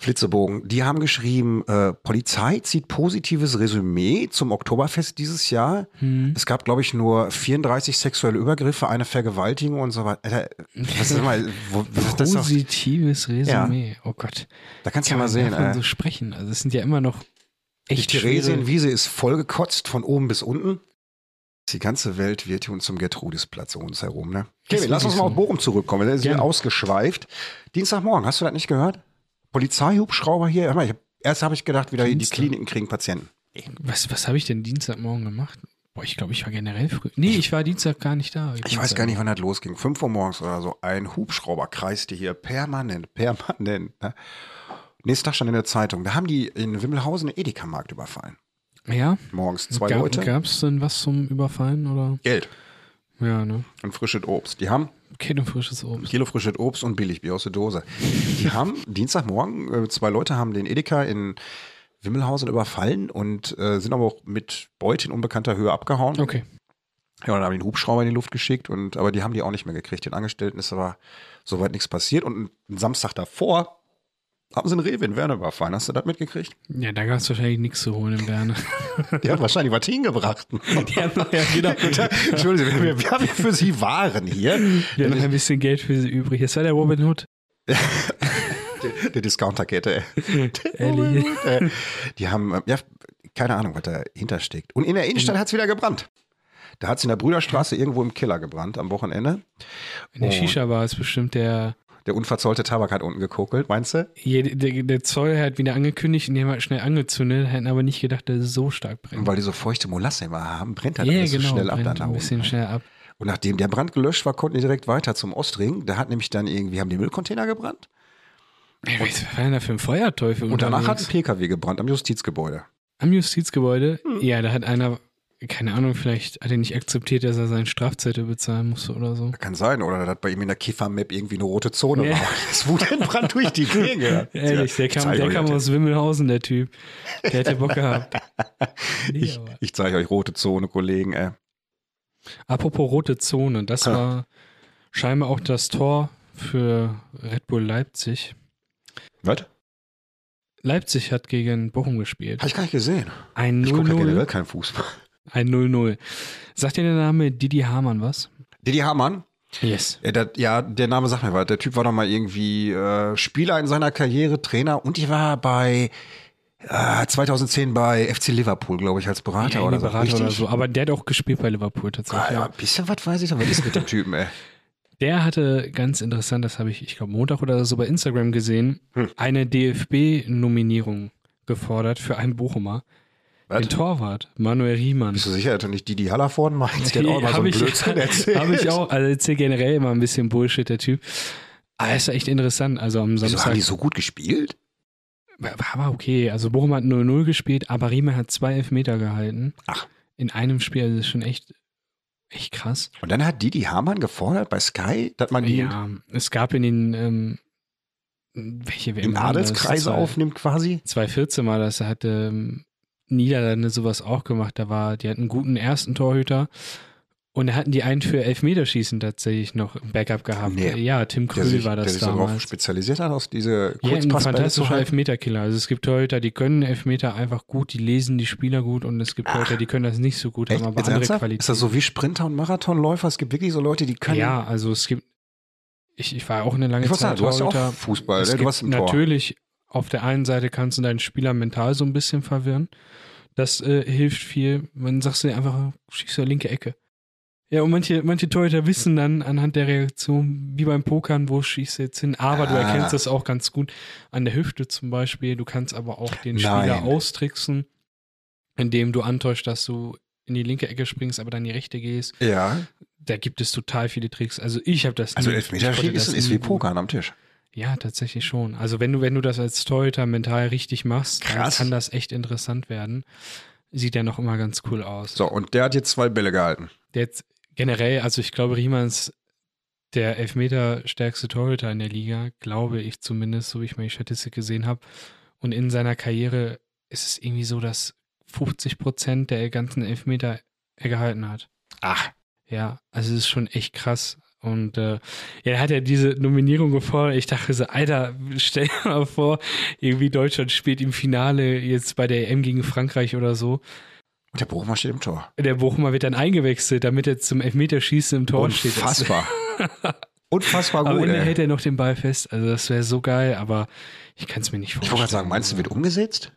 Flitzebogen, die haben geschrieben, äh, Polizei zieht positives Resümee zum Oktoberfest dieses Jahr. Hm. Es gab, glaube ich, nur 34 sexuelle Übergriffe, eine Vergewaltigung und so weiter. Alter, was ist mal, wo, das ist doch, Positives Resümee. Oh Gott. da kannst du Kann mal man sehen. davon Äh, so sprechen. Also es sind ja immer noch die echt schwere- Theresienwiese ist vollgekotzt von oben bis unten. Die ganze Welt wird hier uns zum Gertrudisplatz um uns herum, ne? Ist Kevin, lass uns wirklich mal so. auf Bochum zurückkommen. Wir sind Gerne. ausgeschweift. Dienstagmorgen, hast du das nicht gehört? Polizeihubschrauber hier. Hör mal, ich hab, erst habe ich gedacht, wieder die Dienstag. Kliniken kriegen Patienten. Was, was habe ich denn Dienstagmorgen gemacht? Boah, ich glaube, ich war generell früh. Nee, ich war Dienstag gar nicht da. Ich weiß gar nicht, wann das losging. 5 Uhr morgens oder so. Ein Hubschrauber kreiste hier permanent, *laughs* permanent. Ne? Nächsten Tag stand in der Zeitung. Da haben die in Wimmelhausen einen Edeka-Markt überfallen. Ja, Morgens zwei gab Leute. es denn was zum Überfallen oder? Geld Ja, ne? und frisches Obst. Die haben Okay, nur frisches Obst. Kilo frisches Obst und Billigbier aus der Dose. Die haben Dienstagmorgen, äh, zwei Leute haben den Edeka in Wimmelhausen überfallen und äh, sind aber auch mit Beute in unbekannter Höhe abgehauen. Okay. Ja, und dann haben die einen Hubschrauber in die Luft geschickt, und, aber die haben die auch nicht mehr gekriegt. Den Angestellten ist aber soweit nichts passiert. Und einen Samstag davor haben sie einen Rewe in Werner überfallen. Hast du das mitgekriegt? Ja, da gab es wahrscheinlich nichts zu holen in *laughs* Berne. Die haben wahrscheinlich was hingebracht. *laughs* ja, genau. Entschuldigung, wir, wir haben für sie Waren hier. Die haben noch ein bisschen Geld für sie übrig. Das war der Robin Hood. Die Discounterkette. Ehrlich. *laughs* Äh, die haben, äh, ja, keine Ahnung, was dahinter steckt. Und in der Innenstadt Mhm. hat es wieder gebrannt. Da hat es in der Brüderstraße irgendwo im Keller gebrannt am Wochenende. In der Oh. Shisha war es bestimmt der, Der unverzollte Tabak hat unten gekokelt, meinst du? jede- der, der Zoll hat wieder angekündigt und die haben halt schnell angezündet, hätten aber nicht gedacht, dass es so stark Und brennt. weil die so feuchte Molasse immer haben, brennt das Mhm. ja, alles genau, so schnell ab. brennt Dann ne? da ein oben. bisschen schnell ab. Und nachdem der Brand gelöscht war, konnten die direkt weiter zum Ostring. Da hat nämlich dann irgendwie, haben die Müllcontainer gebrannt. Ey, was war denn da für ein Feuerteufel Und danach hat ein unterwegs? PKW gebrannt am Justizgebäude. Am Justizgebäude, Hm. ja, da hat einer, keine Ahnung, vielleicht hat er nicht akzeptiert, dass er seinen Strafzettel bezahlen musste oder so. Kann sein, oder dass bei ihm in der Kiffer-Map irgendwie eine rote Zone Ja. war. Es wurde ein Brand durch die Gegend. *laughs* Ehrlich, der Ich kam, zeig der euch kam das aus Wimmelhausen, der Typ. Der hätte *laughs* Bock gehabt. Nee, Ich, aber- ich zeige euch rote Zone, Kollegen. Ey. Apropos rote Zone, das Ha. war scheinbar auch das Tor für Red Bull Leipzig. Was? Leipzig hat gegen Bochum gespielt. Habe ich gar nicht gesehen. Ein Ich gucke ja ne? 0-0. generell keinen Fußball. Ein 0-0. Sagt dir der Name Didi Hamann was? *laughs* Didi Hamann, Yes. äh, der, ja, der Name sagt mir was. Der Typ war doch mal irgendwie äh, Spieler in seiner Karriere, Trainer und ich war bei äh, 2010 bei FC Liverpool, glaube ich, als Berater Ja, oder oder, so. Berater oder Richtig? so. Aber der hat auch gespielt bei Liverpool tatsächlich. Ah, ja, ein bisschen was weiß ich, aber was ist mit dem Typen, *laughs* ey? Der hatte ganz interessant, das habe ich, ich glaube, Montag oder so bei Instagram gesehen, Hm. eine DFB-Nominierung gefordert für einen Bochumer. Was? Den Torwart, Manuel Riemann. Bist du sicher, dass du nicht Didi Hallervorden meinst? Der hat auch mal so *laughs* Hab einen ich, Blödsinn erzählt. Habe ich auch. Also erzähl generell immer ein bisschen Bullshit, der Typ. Aber ist echt interessant. Also am Wieso haben Samstag die so gut gespielt? war, war aber okay. Also Bochum hat 0-0 gespielt, aber Riemann hat zwei Elfmeter gehalten. Ach. In einem Spiel, also das ist schon echt, echt krass. Und dann hat Didi Hamann gefordert bei Sky, dass man ihn Ja, es gab in den, ähm, welche WM im waren das? Adelskreise Zwei- aufnimmt quasi. 2014 mal das, da hat ähm, Niederlande sowas auch gemacht. Da war, die hatten einen guten ersten Torhüter und da hatten die einen für Elfmeterschießen tatsächlich noch im Backup gehabt. Nee. Ja, Tim der Krühl sich, war der das sich darauf damals. spezialisiert hat, aus diese Ja, ein Kurzpassbälle zu fantastischer halten. Elfmeterkiller. Also es gibt Torhüter, die können Elfmeter einfach gut, die lesen die Spieler gut und es gibt Torhüter, die können das nicht so gut, Echt? haben aber Jetzt andere ernsthaft? Qualität. Ist das so wie Sprinter und Marathonläufer? Es gibt wirklich so Leute, die können. ja, also es gibt, ich, ich war auch eine lange ich wollte Zeit sagen, du hast ja Torhüter. auch Fußball, Es ne? du gibt hast ein Tor. natürlich, auf der einen Seite kannst du deinen Spieler mental so ein bisschen verwirren. Das äh, hilft viel. Man sagst du dir einfach, schieß zur linke Ecke. Ja, und manche, manche Torhüter wissen dann anhand der Reaktion, wie beim Pokern, wo schießt du jetzt hin. Aber du Ah. erkennst das auch ganz gut an der Hüfte zum Beispiel. Du kannst aber auch den Spieler Nein. austricksen, indem du antäuschst, dass du in die linke Ecke springst, aber dann die rechte gehst. Ja, Da gibt es total viele Tricks. Also ich habe das also nie- ich Elfmeterschießen konnte das ist, ist nie wie gut. Pokern am Tisch. Ja, tatsächlich schon. Also wenn du, wenn du das als Torhüter mental richtig machst, dann Krass. kann das echt interessant werden. Sieht ja noch immer ganz cool aus. So, und der hat jetzt zwei Bälle gehalten. Der jetzt generell, also ich glaube, Riemann ist der Elfmeter stärkste Torhüter in der Liga, glaube ich zumindest, so wie ich meine Statistik gesehen habe. Und in seiner Karriere ist es irgendwie so, dass 50 Prozent der ganzen Elfmeter er gehalten hat. Ach, Ja, also es ist schon echt krass. Und äh, ja, er hat ja diese Nominierung gefordert. Ich dachte so, Alter, stell dir mal vor, irgendwie Deutschland spielt im Finale jetzt bei der EM gegen Frankreich oder so. Und der Bochumer steht im Tor. Der Bochumer wird dann eingewechselt, damit er zum Elfmeterschießen im Tor steht. Das- Unfassbar. *laughs* Unfassbar Am gut, Ende ey. hält er noch den Ball fest. Also das wäre so geil, aber ich kann es mir nicht Ich vorstellen. wollte gerade sagen, meinst du, wird umgesetzt?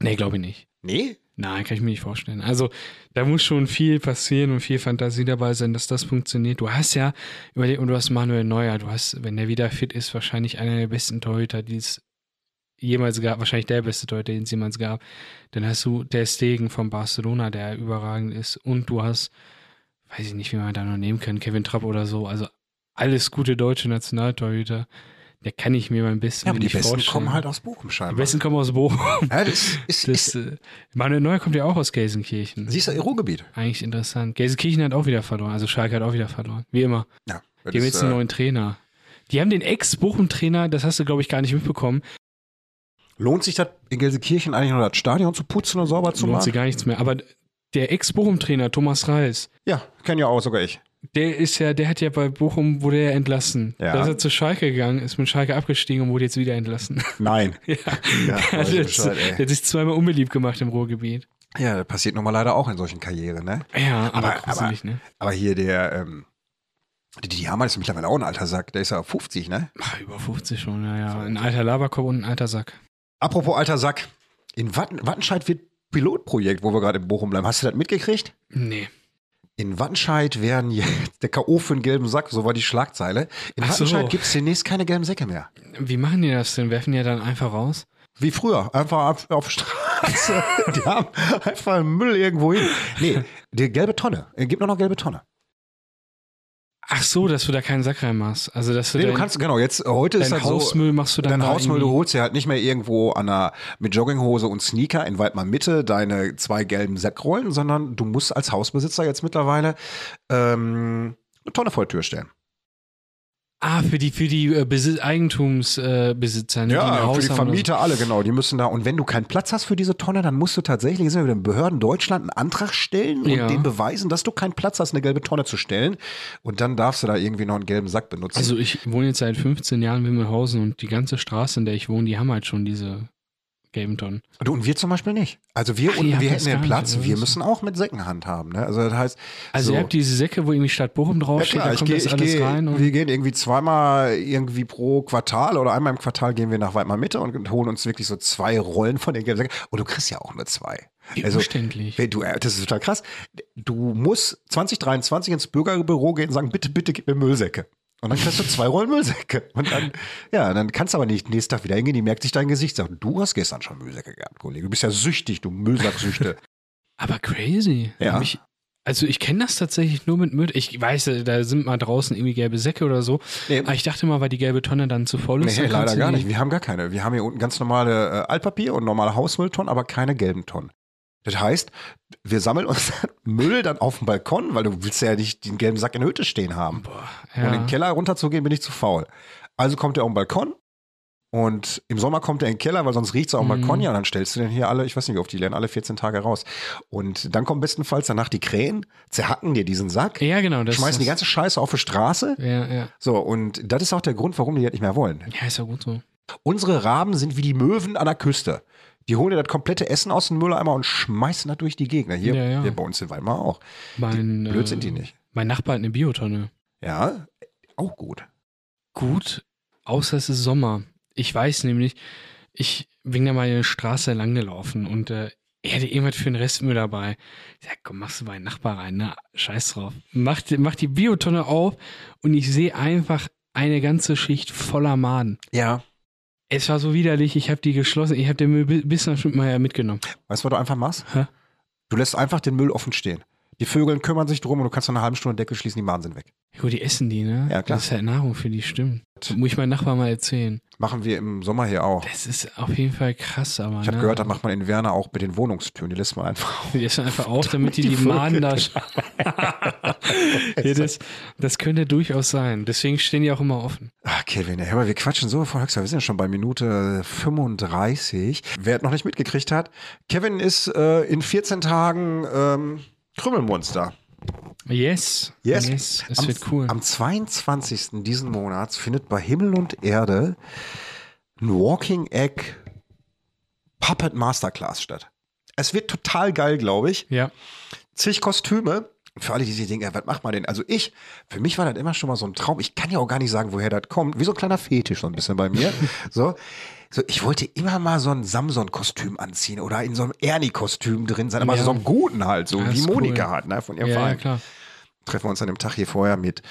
Nee, glaube ich nicht. Nee? Nein, kann ich mir nicht vorstellen. Also da muss schon viel passieren und viel Fantasie dabei sein, dass das funktioniert. Du hast ja, überleg, und du hast Manuel Neuer, du hast, wenn der wieder fit ist, wahrscheinlich einer der besten Torhüter, die es jemals gab, wahrscheinlich der beste Torhüter, den es jemals gab. Dann hast du der Stegen von Barcelona, der überragend ist. Und du hast, weiß ich nicht, wie man da noch nehmen kann, Kevin Trapp oder so. Also alles gute deutsche Nationaltorhüter. Der kann ich mir beim besten Ja, aber die nicht Besten vorstellen. kommen halt aus Bochum die scheinbar. Besten kommen aus Bochum. ja, das ist, Das, ist, äh, Manuel Neuer kommt ja auch aus Gelsenkirchen. siehst du, ihr Ruhrgebiet. Eigentlich interessant. Gelsenkirchen hat auch wieder verloren. Also Schalke hat auch wieder verloren. Wie immer. Ja, das Die haben ist, jetzt einen äh, neuen Trainer. Die haben den Ex-Bochum-Trainer, das hast du, glaube ich, gar nicht mitbekommen. Lohnt sich das in Gelsenkirchen eigentlich noch das Stadion zu putzen und sauber zu Lohnt sie machen? gar nichts mehr. Aber der Ex-Bochum-Trainer, Thomas Reis, Ja, kenn ja auch sogar ich. der ist ja, der hat ja bei Bochum, wurde er entlassen. Ja. Da ist er zu Schalke gegangen, ist mit Schalke abgestiegen und wurde jetzt wieder entlassen. Nein. *laughs* ja. Ja, Der hat *laughs* weiß ich jetzt- Bescheid, ey. der hat sich zweimal unbeliebt gemacht im Ruhrgebiet. Ja, das passiert nun mal leider auch in solchen Karrieren, ne? Ja, aber, Aber- aber- gruselig, ne? Aber hier der, ähm, der Didi Hamann ist mittlerweile auch ein alter Sack. Der ist ja 50, ne? Ach, über 50 schon, ja, ja. Ein alter Laberkopf und ein alter Sack. Apropos alter Sack. In Watten, Wattenscheid wird Pilotprojekt, wo wir gerade in Bochum bleiben. Hast du das mitgekriegt? Nee. In Wattenscheid werden jetzt der K.O. für einen gelben Sack, so war die Schlagzeile. In Ach so. Wattenscheid gibt es demnächst keine gelben Säcke mehr. Wie machen die das denn? Werfen die ja dann einfach raus? Wie früher, einfach auf, auf *laughs* Straße. die haben einfach Müll irgendwo hin. Nee, die gelbe Tonne. Es gibt nur noch gelbe Tonne. Ach so, dass du da keinen Sack reinmachst. Also, dass du Nee, du dein, kannst, genau, jetzt, heute ist dein das so. Hausmüll machst du dann Dein da Hausmüll, du irgendwie- holst dir halt nicht mehr irgendwo an einer, mit Jogginghose und Sneaker in Waldmann Mitte deine zwei gelben Sackrollen, sondern du musst als Hausbesitzer jetzt mittlerweile ähm, eine Tonne vor die Tür stellen. Ah, für die, für die äh, Besi- Eigentumsbesitzer. Äh, Besitzer, ne, die ein Ja, Haus für die haben oder so. Vermieter alle, genau. Die müssen da. Und wenn du keinen Platz hast für diese Tonne, dann musst du tatsächlich sind wir wieder in Behörden Deutschland einen Antrag stellen und Ja. denen beweisen, dass du keinen Platz hast, eine gelbe Tonne zu stellen. Und dann darfst du da irgendwie noch einen gelben Sack benutzen. Also, ich wohne jetzt seit 15 Jahren in Wimmelhausen und die ganze Straße, in der ich wohne, die haben halt schon diese gelben Tonnen. Du und wir zum Beispiel nicht. Also wir Ach, ihr und habt wir hätten das gar den nicht, Platz. oder wir was? müssen auch mit Säcken handhaben. Ne? Also das heißt, Also, so, ihr habt diese Säcke, wo irgendwie Stadt Bochum ja, draufsteht, klar, da ich kommt gehe, das ich alles gehe, rein. Und wir gehen irgendwie zweimal irgendwie pro Quartal oder einmal im Quartal gehen wir nach Weidmar Mitte und holen uns wirklich so zwei Rollen von den gelben Säcken. Und du kriegst ja auch nur zwei. Wie also, umständlich. Wenn Du, äh, das ist total krass. Du musst 2023 ins Bürgerbüro gehen und sagen, bitte, bitte gib mir Müllsäcke. Und dann kriegst du zwei Rollen Müllsäcke. Und dann, ja, dann kannst du aber nicht nächsten Tag wieder hingehen, die merkt sich dein Gesicht, sagt, du hast gestern schon Müllsäcke gehabt, Kollege. Du bist ja süchtig, du *laughs* Müllsacksüchte. Aber crazy. Ja. Hab Ich, also ich kenne das tatsächlich nur mit Müll. Ich weiß, äh, da sind mal draußen irgendwie gelbe Säcke oder so. Nee. Aber Ah, ich dachte mal, weil die gelbe Tonne dann zu voll ist. nee, dann kannst leider du gar die- nicht. Wir haben gar keine. Wir haben hier unten ganz normale äh, Altpapier und normale Hausmülltonnen, aber keine gelben Tonnen. Das heißt, wir sammeln uns *laughs* Müll dann auf dem Balkon, weil du willst ja nicht den gelben Sack in der Hütte stehen haben. Und in den Keller runterzugehen, bin ich zu faul. Also kommt er auf den Balkon und im Sommer kommt er in den Keller, weil sonst riecht es auch am Mhm. Balkon. Ja, und dann stellst du den hier alle, ich weiß nicht, wie oft die lernen, alle 14 Tage raus. Und dann kommen bestenfalls danach die Krähen, zerhacken dir diesen Sack, Ja, genau. Das, schmeißen das, die ganze Scheiße auf die Straße. Ja, ja. So, und das ist auch der Grund, warum die das nicht mehr wollen. Ja, ist ja gut so. Unsere Raben sind wie die Möwen an der Küste. Die holen dir das komplette Essen aus dem Mülleimer und schmeißen das durch die Gegner. Hier, Ja, ja. hier bei uns in Weimar auch. Mein, äh, Blöd sind die nicht. Mein Nachbar hat eine Biotonne. Ja, auch gut. Gut, außer es ist Sommer. Ich weiß nämlich, ich bin da mal eine Straße lang gelaufen und äh, er hatte irgendwas für den Restmüll dabei. Ich sag, komm, machst du meinen Nachbar rein, na, scheiß drauf. Mach, die- mach die Biotonne auf und ich sehe einfach eine ganze Schicht voller Maden. Ja. Es war so widerlich, ich habe die geschlossen, ich habe den Müll bi- bis nach Schmidtmeier mitgenommen. Weißt du, was du einfach machst? Hä? Du lässt einfach den Müll offen stehen. Die Vögel kümmern sich drum und du kannst nach einer halben Stunde Deckel schließen, die Maden sind weg. Gut, die essen die, ne? Ja, klar. Das ist halt Nahrung für die, stimmt. Das muss ich meinem Nachbar mal erzählen. Machen wir im Sommer hier auch. Das ist auf jeden Fall krass, aber. Ich habe ne? gehört, das macht man in Werner auch mit den Wohnungstüren. Die lässt man einfach *laughs* Die essen einfach auf, damit die die die Vögel *laughs* Maden da. *laughs* ja, das, das könnte durchaus sein. Deswegen stehen die auch immer offen. Ach, Ah, Kevin, ey, aber wir quatschen so voll Höchster. Wir sind ja schon bei Minute 35. Wer noch nicht mitgekriegt hat, Kevin ist äh, in 14 Tagen ähm, Krümmelmonster. Yes. Yes. Es am, wird cool. Am 22. diesen Monats findet bei Himmel und Erde ein Walking Egg Puppet Masterclass statt. Es wird total geil, glaube ich. ja. Zig Kostüme. Und Für alle, die sich denken, ja, was macht man denn? Also ich, für mich war das immer schon mal so ein Traum. Ich kann ja auch gar nicht sagen, woher das kommt. Wie so ein kleiner Fetisch so ein bisschen bei *laughs* mir. so. So, ich wollte immer mal so ein Samson-Kostüm anziehen oder in so einem Ernie-Kostüm drin sein, aber Ja. so einem guten halt, so Ja, wie ist cool. Monika hat, ne, von ihrem Ja, ja, Verein klar. treffen wir uns an dem Tag hier vorher mit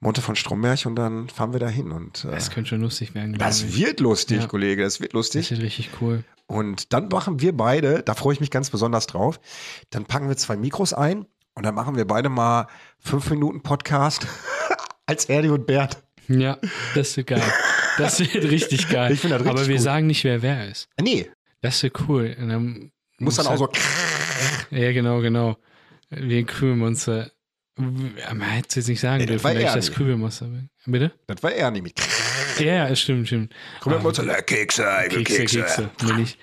Monte von Stromberg und dann fahren wir da hin. Und äh, Das könnte schon lustig werden, glaub das ich. wird lustig, Ja. Kollege, das wird Das lustig. wird richtig cool. Und dann machen wir beide, da freue ich mich ganz besonders drauf, dann packen wir zwei Mikros ein und dann machen wir beide mal fünf Minuten Podcast *laughs* als Erdi und Bert. Ja, das wird geil. Das *laughs* wird richtig geil. Ich finde das richtig Aber wir gut. sagen nicht, wer wer ist. Ah, Nee, Das wird cool. Und dann muss halt- dann auch so. Ja, genau, genau. Wie ein Krümelmonster. Man hätte es jetzt nicht sagen Nee, das dürfen, war weil ich das Ernie. Krümelmonster bin. Bitte? Das war Ernie mit. Ja, ja, stimmt, stimmt. Komm Ah, mal zu Kekse, ich will Kekse, Kekse. Kekse. Bin ich.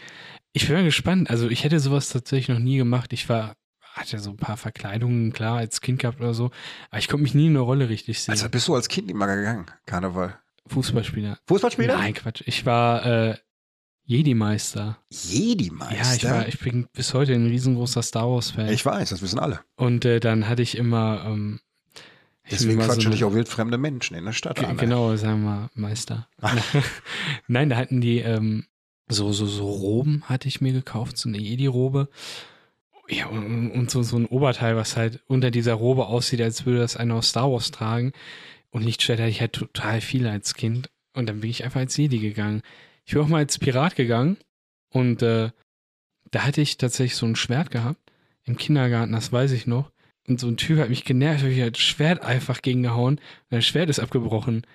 ich bin mal gespannt. Also ich hätte sowas tatsächlich noch nie gemacht. Ich war, hatte so ein paar Verkleidungen, klar, als Kind gehabt oder so. Aber ich konnte mich nie in eine Rolle richtig sehen. Also bist du als Kind immer gegangen, Karneval. Fußballspieler. Fußballspieler? Nein, Quatsch. Ich war äh, Jedi-Meister. Ja, ich, Jedi-Meister. war, ich bin bis heute ein riesengroßer Star Wars-Fan. ich weiß, das wissen alle. Und äh, dann hatte ich immer. Ähm, ich Deswegen bin immer quatschen so dich auch wildfremde Menschen in der Stadt Ge- an. ne? Genau, sagen wir Meister. Nein, da hatten die ähm, so, so, so Roben hatte ich mir gekauft, so eine Jedi-Robe. Ja, und, und so, so ein Oberteil, was halt unter dieser Robe aussieht, als würde das einer aus Star Wars tragen. Und Lichtschwert hatte ich halt total viel als Kind. Und dann bin ich einfach als Jedi gegangen. Ich bin auch mal als Pirat gegangen und äh, da hatte ich tatsächlich so ein Schwert gehabt im Kindergarten, das weiß ich noch. Und so ein Typ hat mich genervt, habe ich halt Schwert einfach gegengehauen und das Äh, Schwert ist abgebrochen.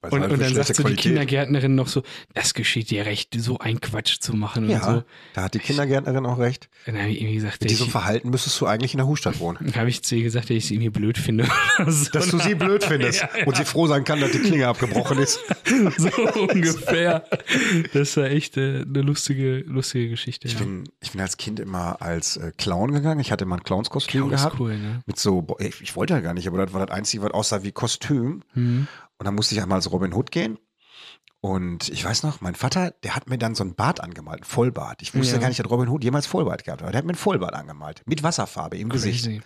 Weil es Und, halt und für dann schlechte sagt so die Qualität. Kindergärtnerin noch so, das geschieht dir recht, so einen Quatsch zu machen Ja, und so. da hat die Kindergärtnerin auch recht. Dann habe ich irgendwie gesagt, Mit dass diesem Verhalten müsstest du eigentlich in der Hochstadt *laughs* wohnen. ich, habe ich zu ihr gesagt, dass ich sie irgendwie blöd finde. *laughs* oder so. Dass du sie blöd findest Ja, ja. und sie froh sein kann, dass die Klinge abgebrochen *laughs* ist. *laughs* so ungefähr. Das war echt äh, eine lustige, lustige Geschichte. Ich ja. bin, ich bin als Kind immer als äh, Clown gegangen. Ich hatte immer ein Clownskostüm Clown ist gehabt. cool, ne? Mit so, boah, ich, ich wollte ja gar nicht, aber das war das Einzige, was aussah wie Kostüm. Hm. Und dann musste ich einmal als Robin Hood gehen. Und ich weiß noch, mein Vater, der hat mir dann so einen Bart angemalt, einen Vollbart. Ich wusste Ja. gar nicht, dass Robin Hood jemals Vollbart gehabt hat. Der hat mir einen Vollbart angemalt. Mit Wasserfarbe im Gesicht. Crazy.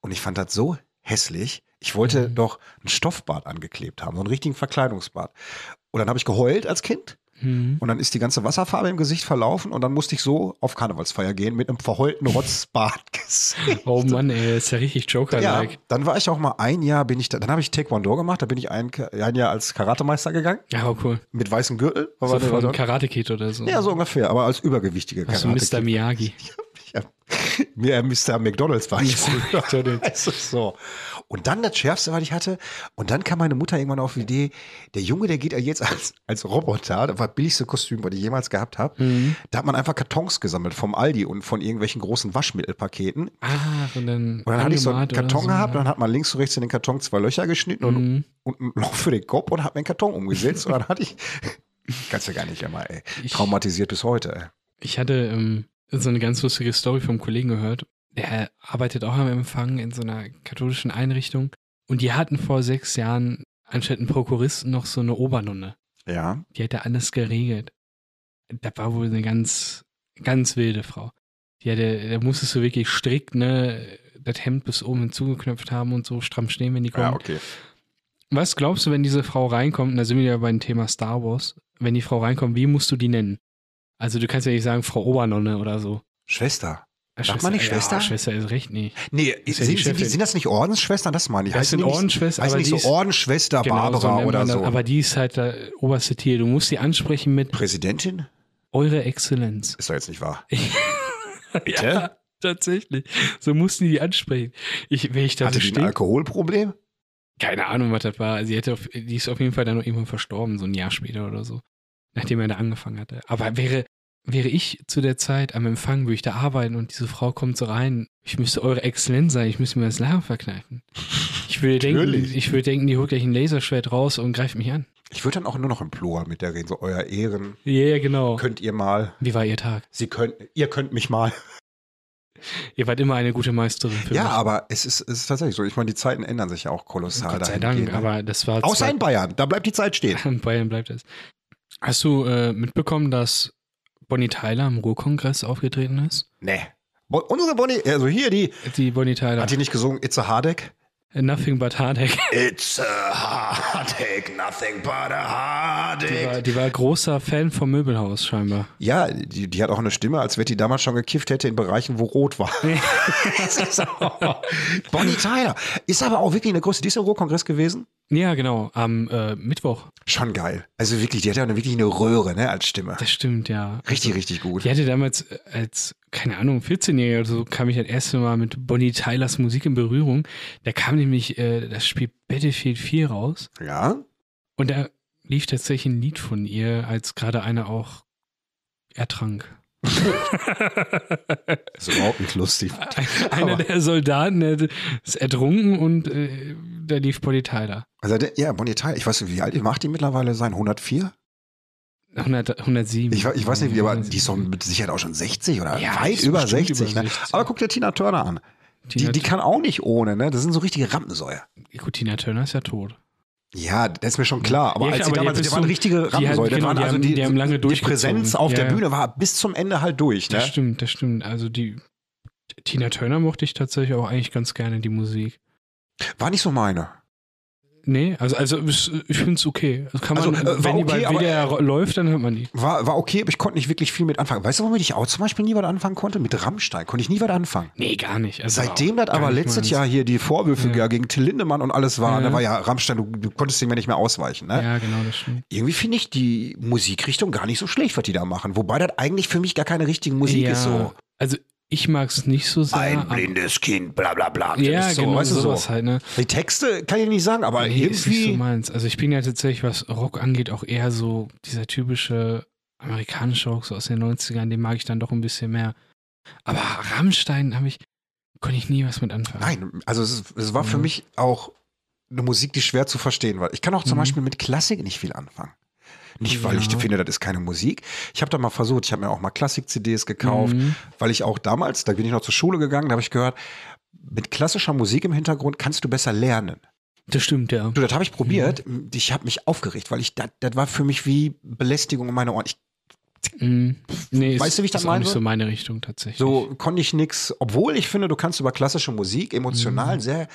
Und ich fand das so hässlich. Ich wollte Mhm. doch einen Stoffbart angeklebt haben, so einen richtigen Verkleidungsbart. Und dann habe ich geheult als Kind. Hm. Und dann ist die ganze Wasserfarbe im Gesicht verlaufen. Und dann musste ich so auf Karnevalsfeier gehen mit einem verheulten Rotzbart. *laughs* Oh Mann, ey, das ist ja richtig ja, Joker-like. dann war ich auch mal ein Jahr, bin ich da, dann habe ich Taekwondo gemacht. Da bin ich ein, ein Jahr als Karatemeister gegangen. Ja, aber cool. Mit weißem Gürtel. So Aber von Karate Kid oder so. ja, so ungefähr. Aber als übergewichtige Also Mr. Miyagi. *laughs* Ja, mir, äh, Mr. McDonalds war ich Mr. früher. *laughs* *laughs* McDonald's. Also so. Und dann das Schärfste, was ich hatte. Und dann kam meine Mutter irgendwann auf die Idee, der Junge, der geht ja jetzt als, als Roboter, das war das billigste Kostüm, was ich jemals gehabt habe. Mhm. Da hat man einfach Kartons gesammelt vom Aldi und von irgendwelchen großen Waschmittelpaketen. Ah, und dann. Und dann hatte ich so einen angemalt oder Karton so, gehabt, ja. dann hat man links und rechts in den Karton zwei Löcher geschnitten Mhm. und, und ein Loch für den Kopf und hat mir einen Karton umgesetzt. und dann hatte ich, *laughs* kannst du gar nicht immer, ey. Ich- Traumatisiert bis heute, ey. Ich hatte ähm, so eine ganz lustige Story vom Kollegen gehört. Der arbeitet auch am Empfang in so einer katholischen Einrichtung. Und die hatten vor sechs Jahren anstatt einen Prokuristen noch so eine Obernonne. Ja. Die hätte alles geregelt. Da war wohl eine ganz, ganz wilde Frau. Die hatte, da musstest du wirklich strikt, ne, das Hemd bis oben hinzugeknöpft haben und so stramm stehen, wenn die kommen. Ja, okay. Was glaubst du, wenn diese Frau reinkommt, und da sind wir ja beim Thema Star Wars, wenn die Frau reinkommt, wie musst du die nennen? Also du kannst ja nicht sagen Frau Obernonne oder so. Schwester. Äh, Sagt man nicht Schwester? Ja, Schwester ist recht, nee. Nee, Ist ja die sind, sind, die- Chefin. sind das nicht Ordensschwestern? Das meine ich. Das Heißt sind die nicht- Ordensschwestern, heißt aber nicht die so ist- Ordensschwester Genau, so Barbara nennt oder man das. so. Aber die ist halt der oberste Tier. Du musst sie ansprechen mit Präsidentin? Eure Exzellenz. Ist doch jetzt nicht wahr. Bitte? *laughs* ja, tatsächlich. So mussten die die ansprechen. Ich, wenn ich da Hatte so die ein stehe, Alkoholproblem? keine Ahnung, was das war. Sie hätte auf, die ist auf jeden Fall dann noch irgendwann verstorben, so ein Jahr später oder so, nachdem er da angefangen hatte. Aber wäre, wäre ich zu der Zeit am Empfang, würde ich da arbeiten und diese Frau kommt so rein, ich müsste eure Exzellenz sein, ich müsste mir das Lachen verkneifen. Ich würde denken, Natürlich. ich würde denken, die holt gleich ein Laserschwert raus und greift mich an. Ich würde dann auch nur noch im Plural mit der reden. So, euer Ehren, Ja, yeah, genau. könnt ihr mal. Wie war ihr Tag? Sie könnt, ihr könnt mich mal. Ihr wart immer eine gute Meisterin für Ja, mich. aber es ist, es ist tatsächlich so. Ich meine, die Zeiten ändern sich ja auch kolossal. Gott sei Dank, dahingehend, ne? aber das war Außer in Bayern, da bleibt die Zeit stehen. *laughs* in Bayern bleibt es. Hast du äh, mitbekommen, dass Bonnie Tyler am Ruhrkongress aufgetreten ist? Nee. Bo unsere Bonnie, also hier die, Die Bonnie Tyler. Äh, hat die nicht gesungen, It's a Hardek? Nothing *laughs* but Hardheck. It's a Hardek, nothing but a Die war, Hardek. die war großer Fan vom Möbelhaus scheinbar. Ja, die, die hat auch eine Stimme, als wenn die damals schon gekifft hätte in Bereichen, wo rot war. *laughs* Es ist auch- Bonnie Tyler ist aber auch wirklich eine Größe. Die ist im Ruhrkongress gewesen. Ja, genau, am äh, Mittwoch. Schon geil. Also wirklich, die hat ja eine, wirklich eine Röhre ne, als Stimme. Das stimmt, ja. Richtig, richtig gut. Die hatte damals äh, als, keine Ahnung, 14-Jähriger oder so, kam ich das erste Mal mit Bonnie Tylers Musik in Berührung. Da kam nämlich äh, das Spiel Battlefield 4 raus. Ja, Und da lief tatsächlich ein Lied von ihr, als gerade einer auch ertrank. *laughs* ist überhaupt nicht lustig. Einer Aber- der Soldaten der ist ertrunken und äh, da lief Bonnie Tyler. Also, der- ja, Bonnie Tyler, ich weiß nicht, wie alt macht die mittlerweile sein? 104? 100, 107. Ich, we- ich weiß nicht, wie, aber die ist doch mit Sicherheit auch schon 60 oder Ja, die weit ist über bestimmt 60. über ne? 60. Aber guck dir Tina Turner an. Die, Tina, die kann auch nicht ohne, ne? Das sind so richtige Rampensäue. gut, Tina Turner ist ja tot. Ja, das ist mir schon klar. Aber Ja, als klar, die aber die damals, bist die waren du- richtige die Rampensäue. hat- Die, genau, waren die also haben- die, die haben lange die durchgezogen. Präsenz auf Ja, der ja. Bühne war bis zum Ende halt durch. Das Ne? stimmt, das stimmt. Also die Tina Turner mochte ich tatsächlich auch eigentlich ganz gerne die Musik. War nicht so meine. Nee, also, also es- ich finde es okay. Also kann man, Also, äh, war wenn die bei okay, aber- WDR ro- läuft, dann hört man die. War, war okay, aber ich konnte nicht wirklich viel mit anfangen. Weißt du, womit ich auch zum Beispiel nie was anfangen konnte? Mit Rammstein konnte ich nie was anfangen. Nee, gar nicht. Also Seitdem das gar aber nicht letztes meins. Jahr hier die Vorwürfe Ja. gegen Till Lindemann und alles waren, Ja. da war ja Rammstein, du, du konntest dem ja nicht mehr ausweichen. Ne? Ja, genau, das stimmt. Irgendwie finde ich die Musikrichtung gar nicht so schlecht, was die da machen. Wobei das eigentlich für mich gar keine richtige Musik ja, ist. So Also ich mag es nicht so sehr. ein aber- blindes Kind, bla bla bla. Das Ja, ist so, genau, weißt du, so. sowas halt, ne? Die Texte kann ich nicht sagen, aber Nee, ist nicht so irgendwie. meins. Also ich bin ja tatsächlich, was Rock angeht, auch eher so dieser typische amerikanische Rock so aus den 90ern, den mag ich dann doch ein bisschen mehr. Aber Rammstein habe ich, konnte ich nie was mit anfangen. Nein, also es, ist- es war für Mhm. mich auch eine Musik, die schwer zu verstehen war. Ich kann auch zum Mhm. Beispiel mit Klassik nicht viel anfangen. Nicht, weil ich Ja. finde, das ist keine Musik. Ich habe da mal versucht, ich habe mir auch mal Klassik-CDs gekauft, Mhm. weil ich auch damals, da bin ich noch zur Schule gegangen, da habe ich gehört, mit klassischer Musik im Hintergrund kannst du besser lernen. Das stimmt, ja. Du, das habe ich probiert. Mhm. Ich habe mich aufgeregt, weil ich, das, das war für mich wie Belästigung in meine Ohren. Ich, Mhm. Nee, Weißt du, wie ich das ist auch meine? nicht so meine Richtung tatsächlich. so konnte ich nix, obwohl ich finde, du kannst über klassische Musik Mhm. emotional sehr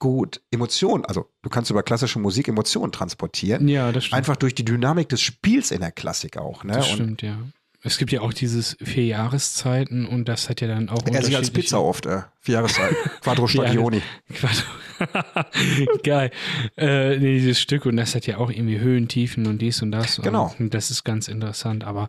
gut Emotionen, also du kannst über klassische Musik Emotionen transportieren. ja, das stimmt. Einfach durch die Dynamik des Spiels in der Klassik auch. Ne? das Und stimmt, ja. Es gibt ja auch dieses vier Jahreszeiten und das hat ja dann er auch sich als unterschiedliche- Pizza oft, äh, vier *laughs* Jahreszeit. Quattro Stagioni. Quatsch. *laughs* Geil. Äh, nee, dieses Stück und das hat ja auch irgendwie Höhen, Tiefen und dies und das. Genau. Und das ist ganz interessant, aber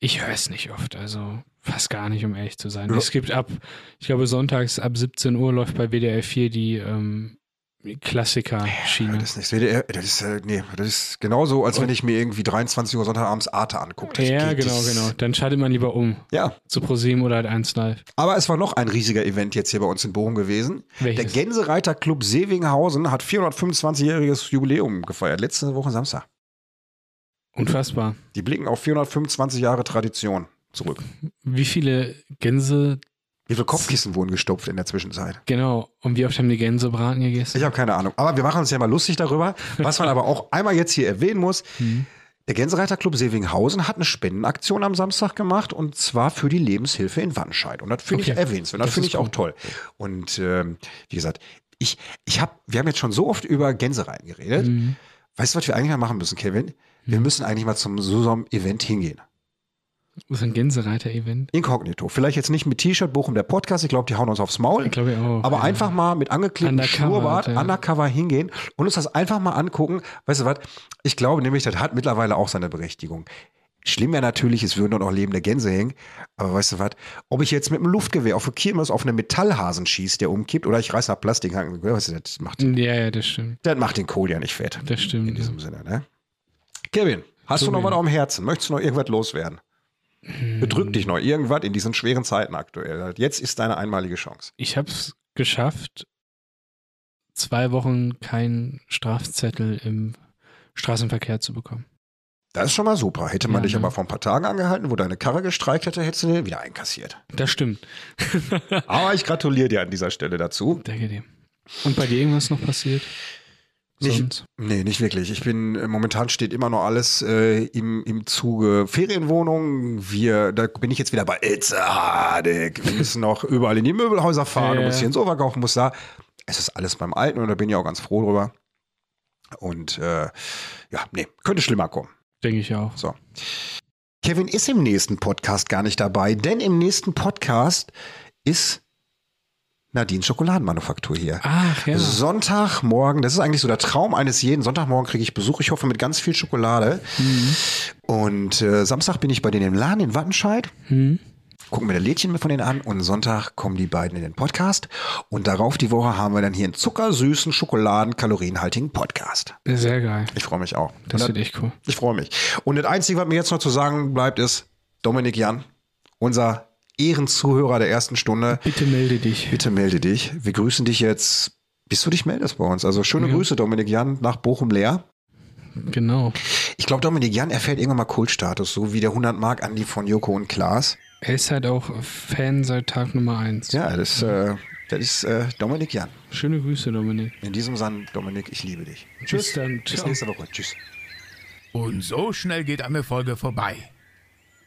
ich höre es nicht oft, also fast gar nicht, um ehrlich zu sein. Ja. Es gibt ab, ich glaube, sonntags ab 17 Uhr läuft bei WDR 4 die ähm, Ja, Klassiker-Schiene. Das ist nichts. WDR, Das ist, äh, nee, das ist genauso, als wenn ich mir irgendwie 23 Uhr Sonntagabends Arte angucke. Das Ja, geht- genau, das- genau. Dann schaltet man lieber um Ja, zu ProSieben oder halt 1 Live. Aber es war noch ein riesiger Event jetzt hier bei uns in Bochum gewesen. Welches? Der Gänsereiter Club Seewinghausen hat 425-jähriges Jubiläum gefeiert. Letzte Woche Samstag. Unfassbar. Die blicken auf 425 Jahre Tradition zurück. Wie viele Gänse, Wie viele Kopfkissen wurden gestopft in der Zwischenzeit? genau, und wie oft haben die Gänsebraten gegessen? Ich habe keine Ahnung. Aber wir machen uns ja mal lustig darüber. Was man aber auch einmal jetzt hier erwähnen muss. Hm. Der Gänsereiter Club Seewinghausen hat eine Spendenaktion am Samstag gemacht und zwar für die Lebenshilfe in Wannscheid. Und das finde ich Okay. erwähnenswert. Das, Das finde ist ich auch gut. toll. Und ähm, wie gesagt, ich, ich hab, wir haben jetzt schon so oft über Gänsereiten geredet. Mhm. Weißt du, was wir eigentlich mal machen müssen, Kevin? Hm. Wir müssen eigentlich mal zum Susam-Event hingehen. So ein Gänsereiter-Event. Inkognito. Vielleicht jetzt nicht mit T-Shirt, Bochum der Podcast. Ich glaube, die hauen uns aufs Maul. Ich glaube ja auch. Aber ja. einfach mal mit angeklebtem Undercover, Schnurrbart ja. undercover hingehen und uns das einfach mal angucken. Weißt du was? Ich glaube nämlich, das hat mittlerweile auch seine Berechtigung. Schlimm wäre natürlich, es würden dort auch lebende Gänse hängen. Aber weißt du was? Ob ich jetzt mit einem Luftgewehr auf eine Kirmes auf einen Metallhasen schieße, der umkippt, oder ich reiße nach Plastikhaken, weißt du, das macht, Ja, ja, das stimmt. das macht den Kohl ja nicht fett. Das In stimmt. Ja. diesem Sinne, ne? Kevin, hast du noch Tobi. was auf dem Herzen? Möchtest du noch irgendwas loswerden? Also, mm. Bedrückt dich noch irgendwas in diesen schweren Zeiten aktuell. Jetzt ist deine einmalige Chance. Ich habe es geschafft, zwei Wochen keinen Strafzettel im Straßenverkehr zu bekommen. Das ist schon mal super. Hätte man Ja, dich ne? aber vor ein paar Tagen angehalten, wo deine Karre gestreikt hätte, hättest du den wieder einkassiert. Das stimmt. Aber ich gratuliere dir an dieser Stelle dazu. Danke dir. Und bei dir irgendwas noch passiert? Nicht- Sonst? Nee, nicht wirklich. Ich bin, äh, momentan steht immer noch alles äh, im, im Zuge Ferienwohnungen. Wir, da bin ich jetzt wieder bei Ilze Hardek. Wir müssen noch überall in die Möbelhäuser fahren, Ja. du musst hier in Sowak auch, musst da. Es ist alles beim Alten und da bin ich auch ganz froh drüber. Und äh, ja, nee, könnte schlimmer kommen. Denke ich auch. So. Kevin ist im nächsten Podcast gar nicht dabei, denn im nächsten Podcast ist Nadine Schokoladenmanufaktur hier. Ach ja. Sonntagmorgen, das ist eigentlich so der Traum eines jeden. Sonntagmorgen kriege ich Besuch, ich hoffe mit ganz viel Schokolade. Mhm. Und äh, Samstag bin ich bei denen im Laden in Wattenscheid. Gucken wir das Lädchen von denen an und Sonntag kommen die beiden in den Podcast. Und darauf die Woche haben wir dann hier einen zuckersüßen, schokoladenkalorienhaltigen Podcast. Sehr geil. Ich freue mich auch. Und Das wird echt cool. ich freue mich. Und das Einzige, was mir jetzt noch zu sagen bleibt, ist Dominik Jan, unser Ehrenzuhörer der ersten Stunde. Bitte melde dich. Bitte melde dich. Wir grüßen dich jetzt, bis du dich meldest bei uns. Also schöne Grüße, Dominik Jan, nach Bochum-Leer. Genau. Ich glaube, Dominik Jan erfährt irgendwann mal Kultstatus, so wie der 100 mark andi von Joko und Klaas. Er ist halt auch Fan seit Tag Nummer 1. Ja, das, Mhm. äh, das ist äh, Dominik Jan. Schöne Grüße, Dominik. In diesem Sinne, Dominik, ich liebe dich. Bis dann. Bis Ciao. nächste Woche. Tschüss. Und so schnell geht eine Folge vorbei.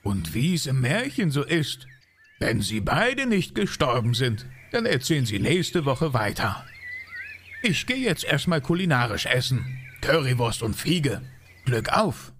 Und wie es im Märchen so ist, wenn sie beide nicht gestorben sind, dann erzählen sie nächste Woche weiter. Ich gehe jetzt erstmal kulinarisch essen. Currywurst und Fiege. Glück auf!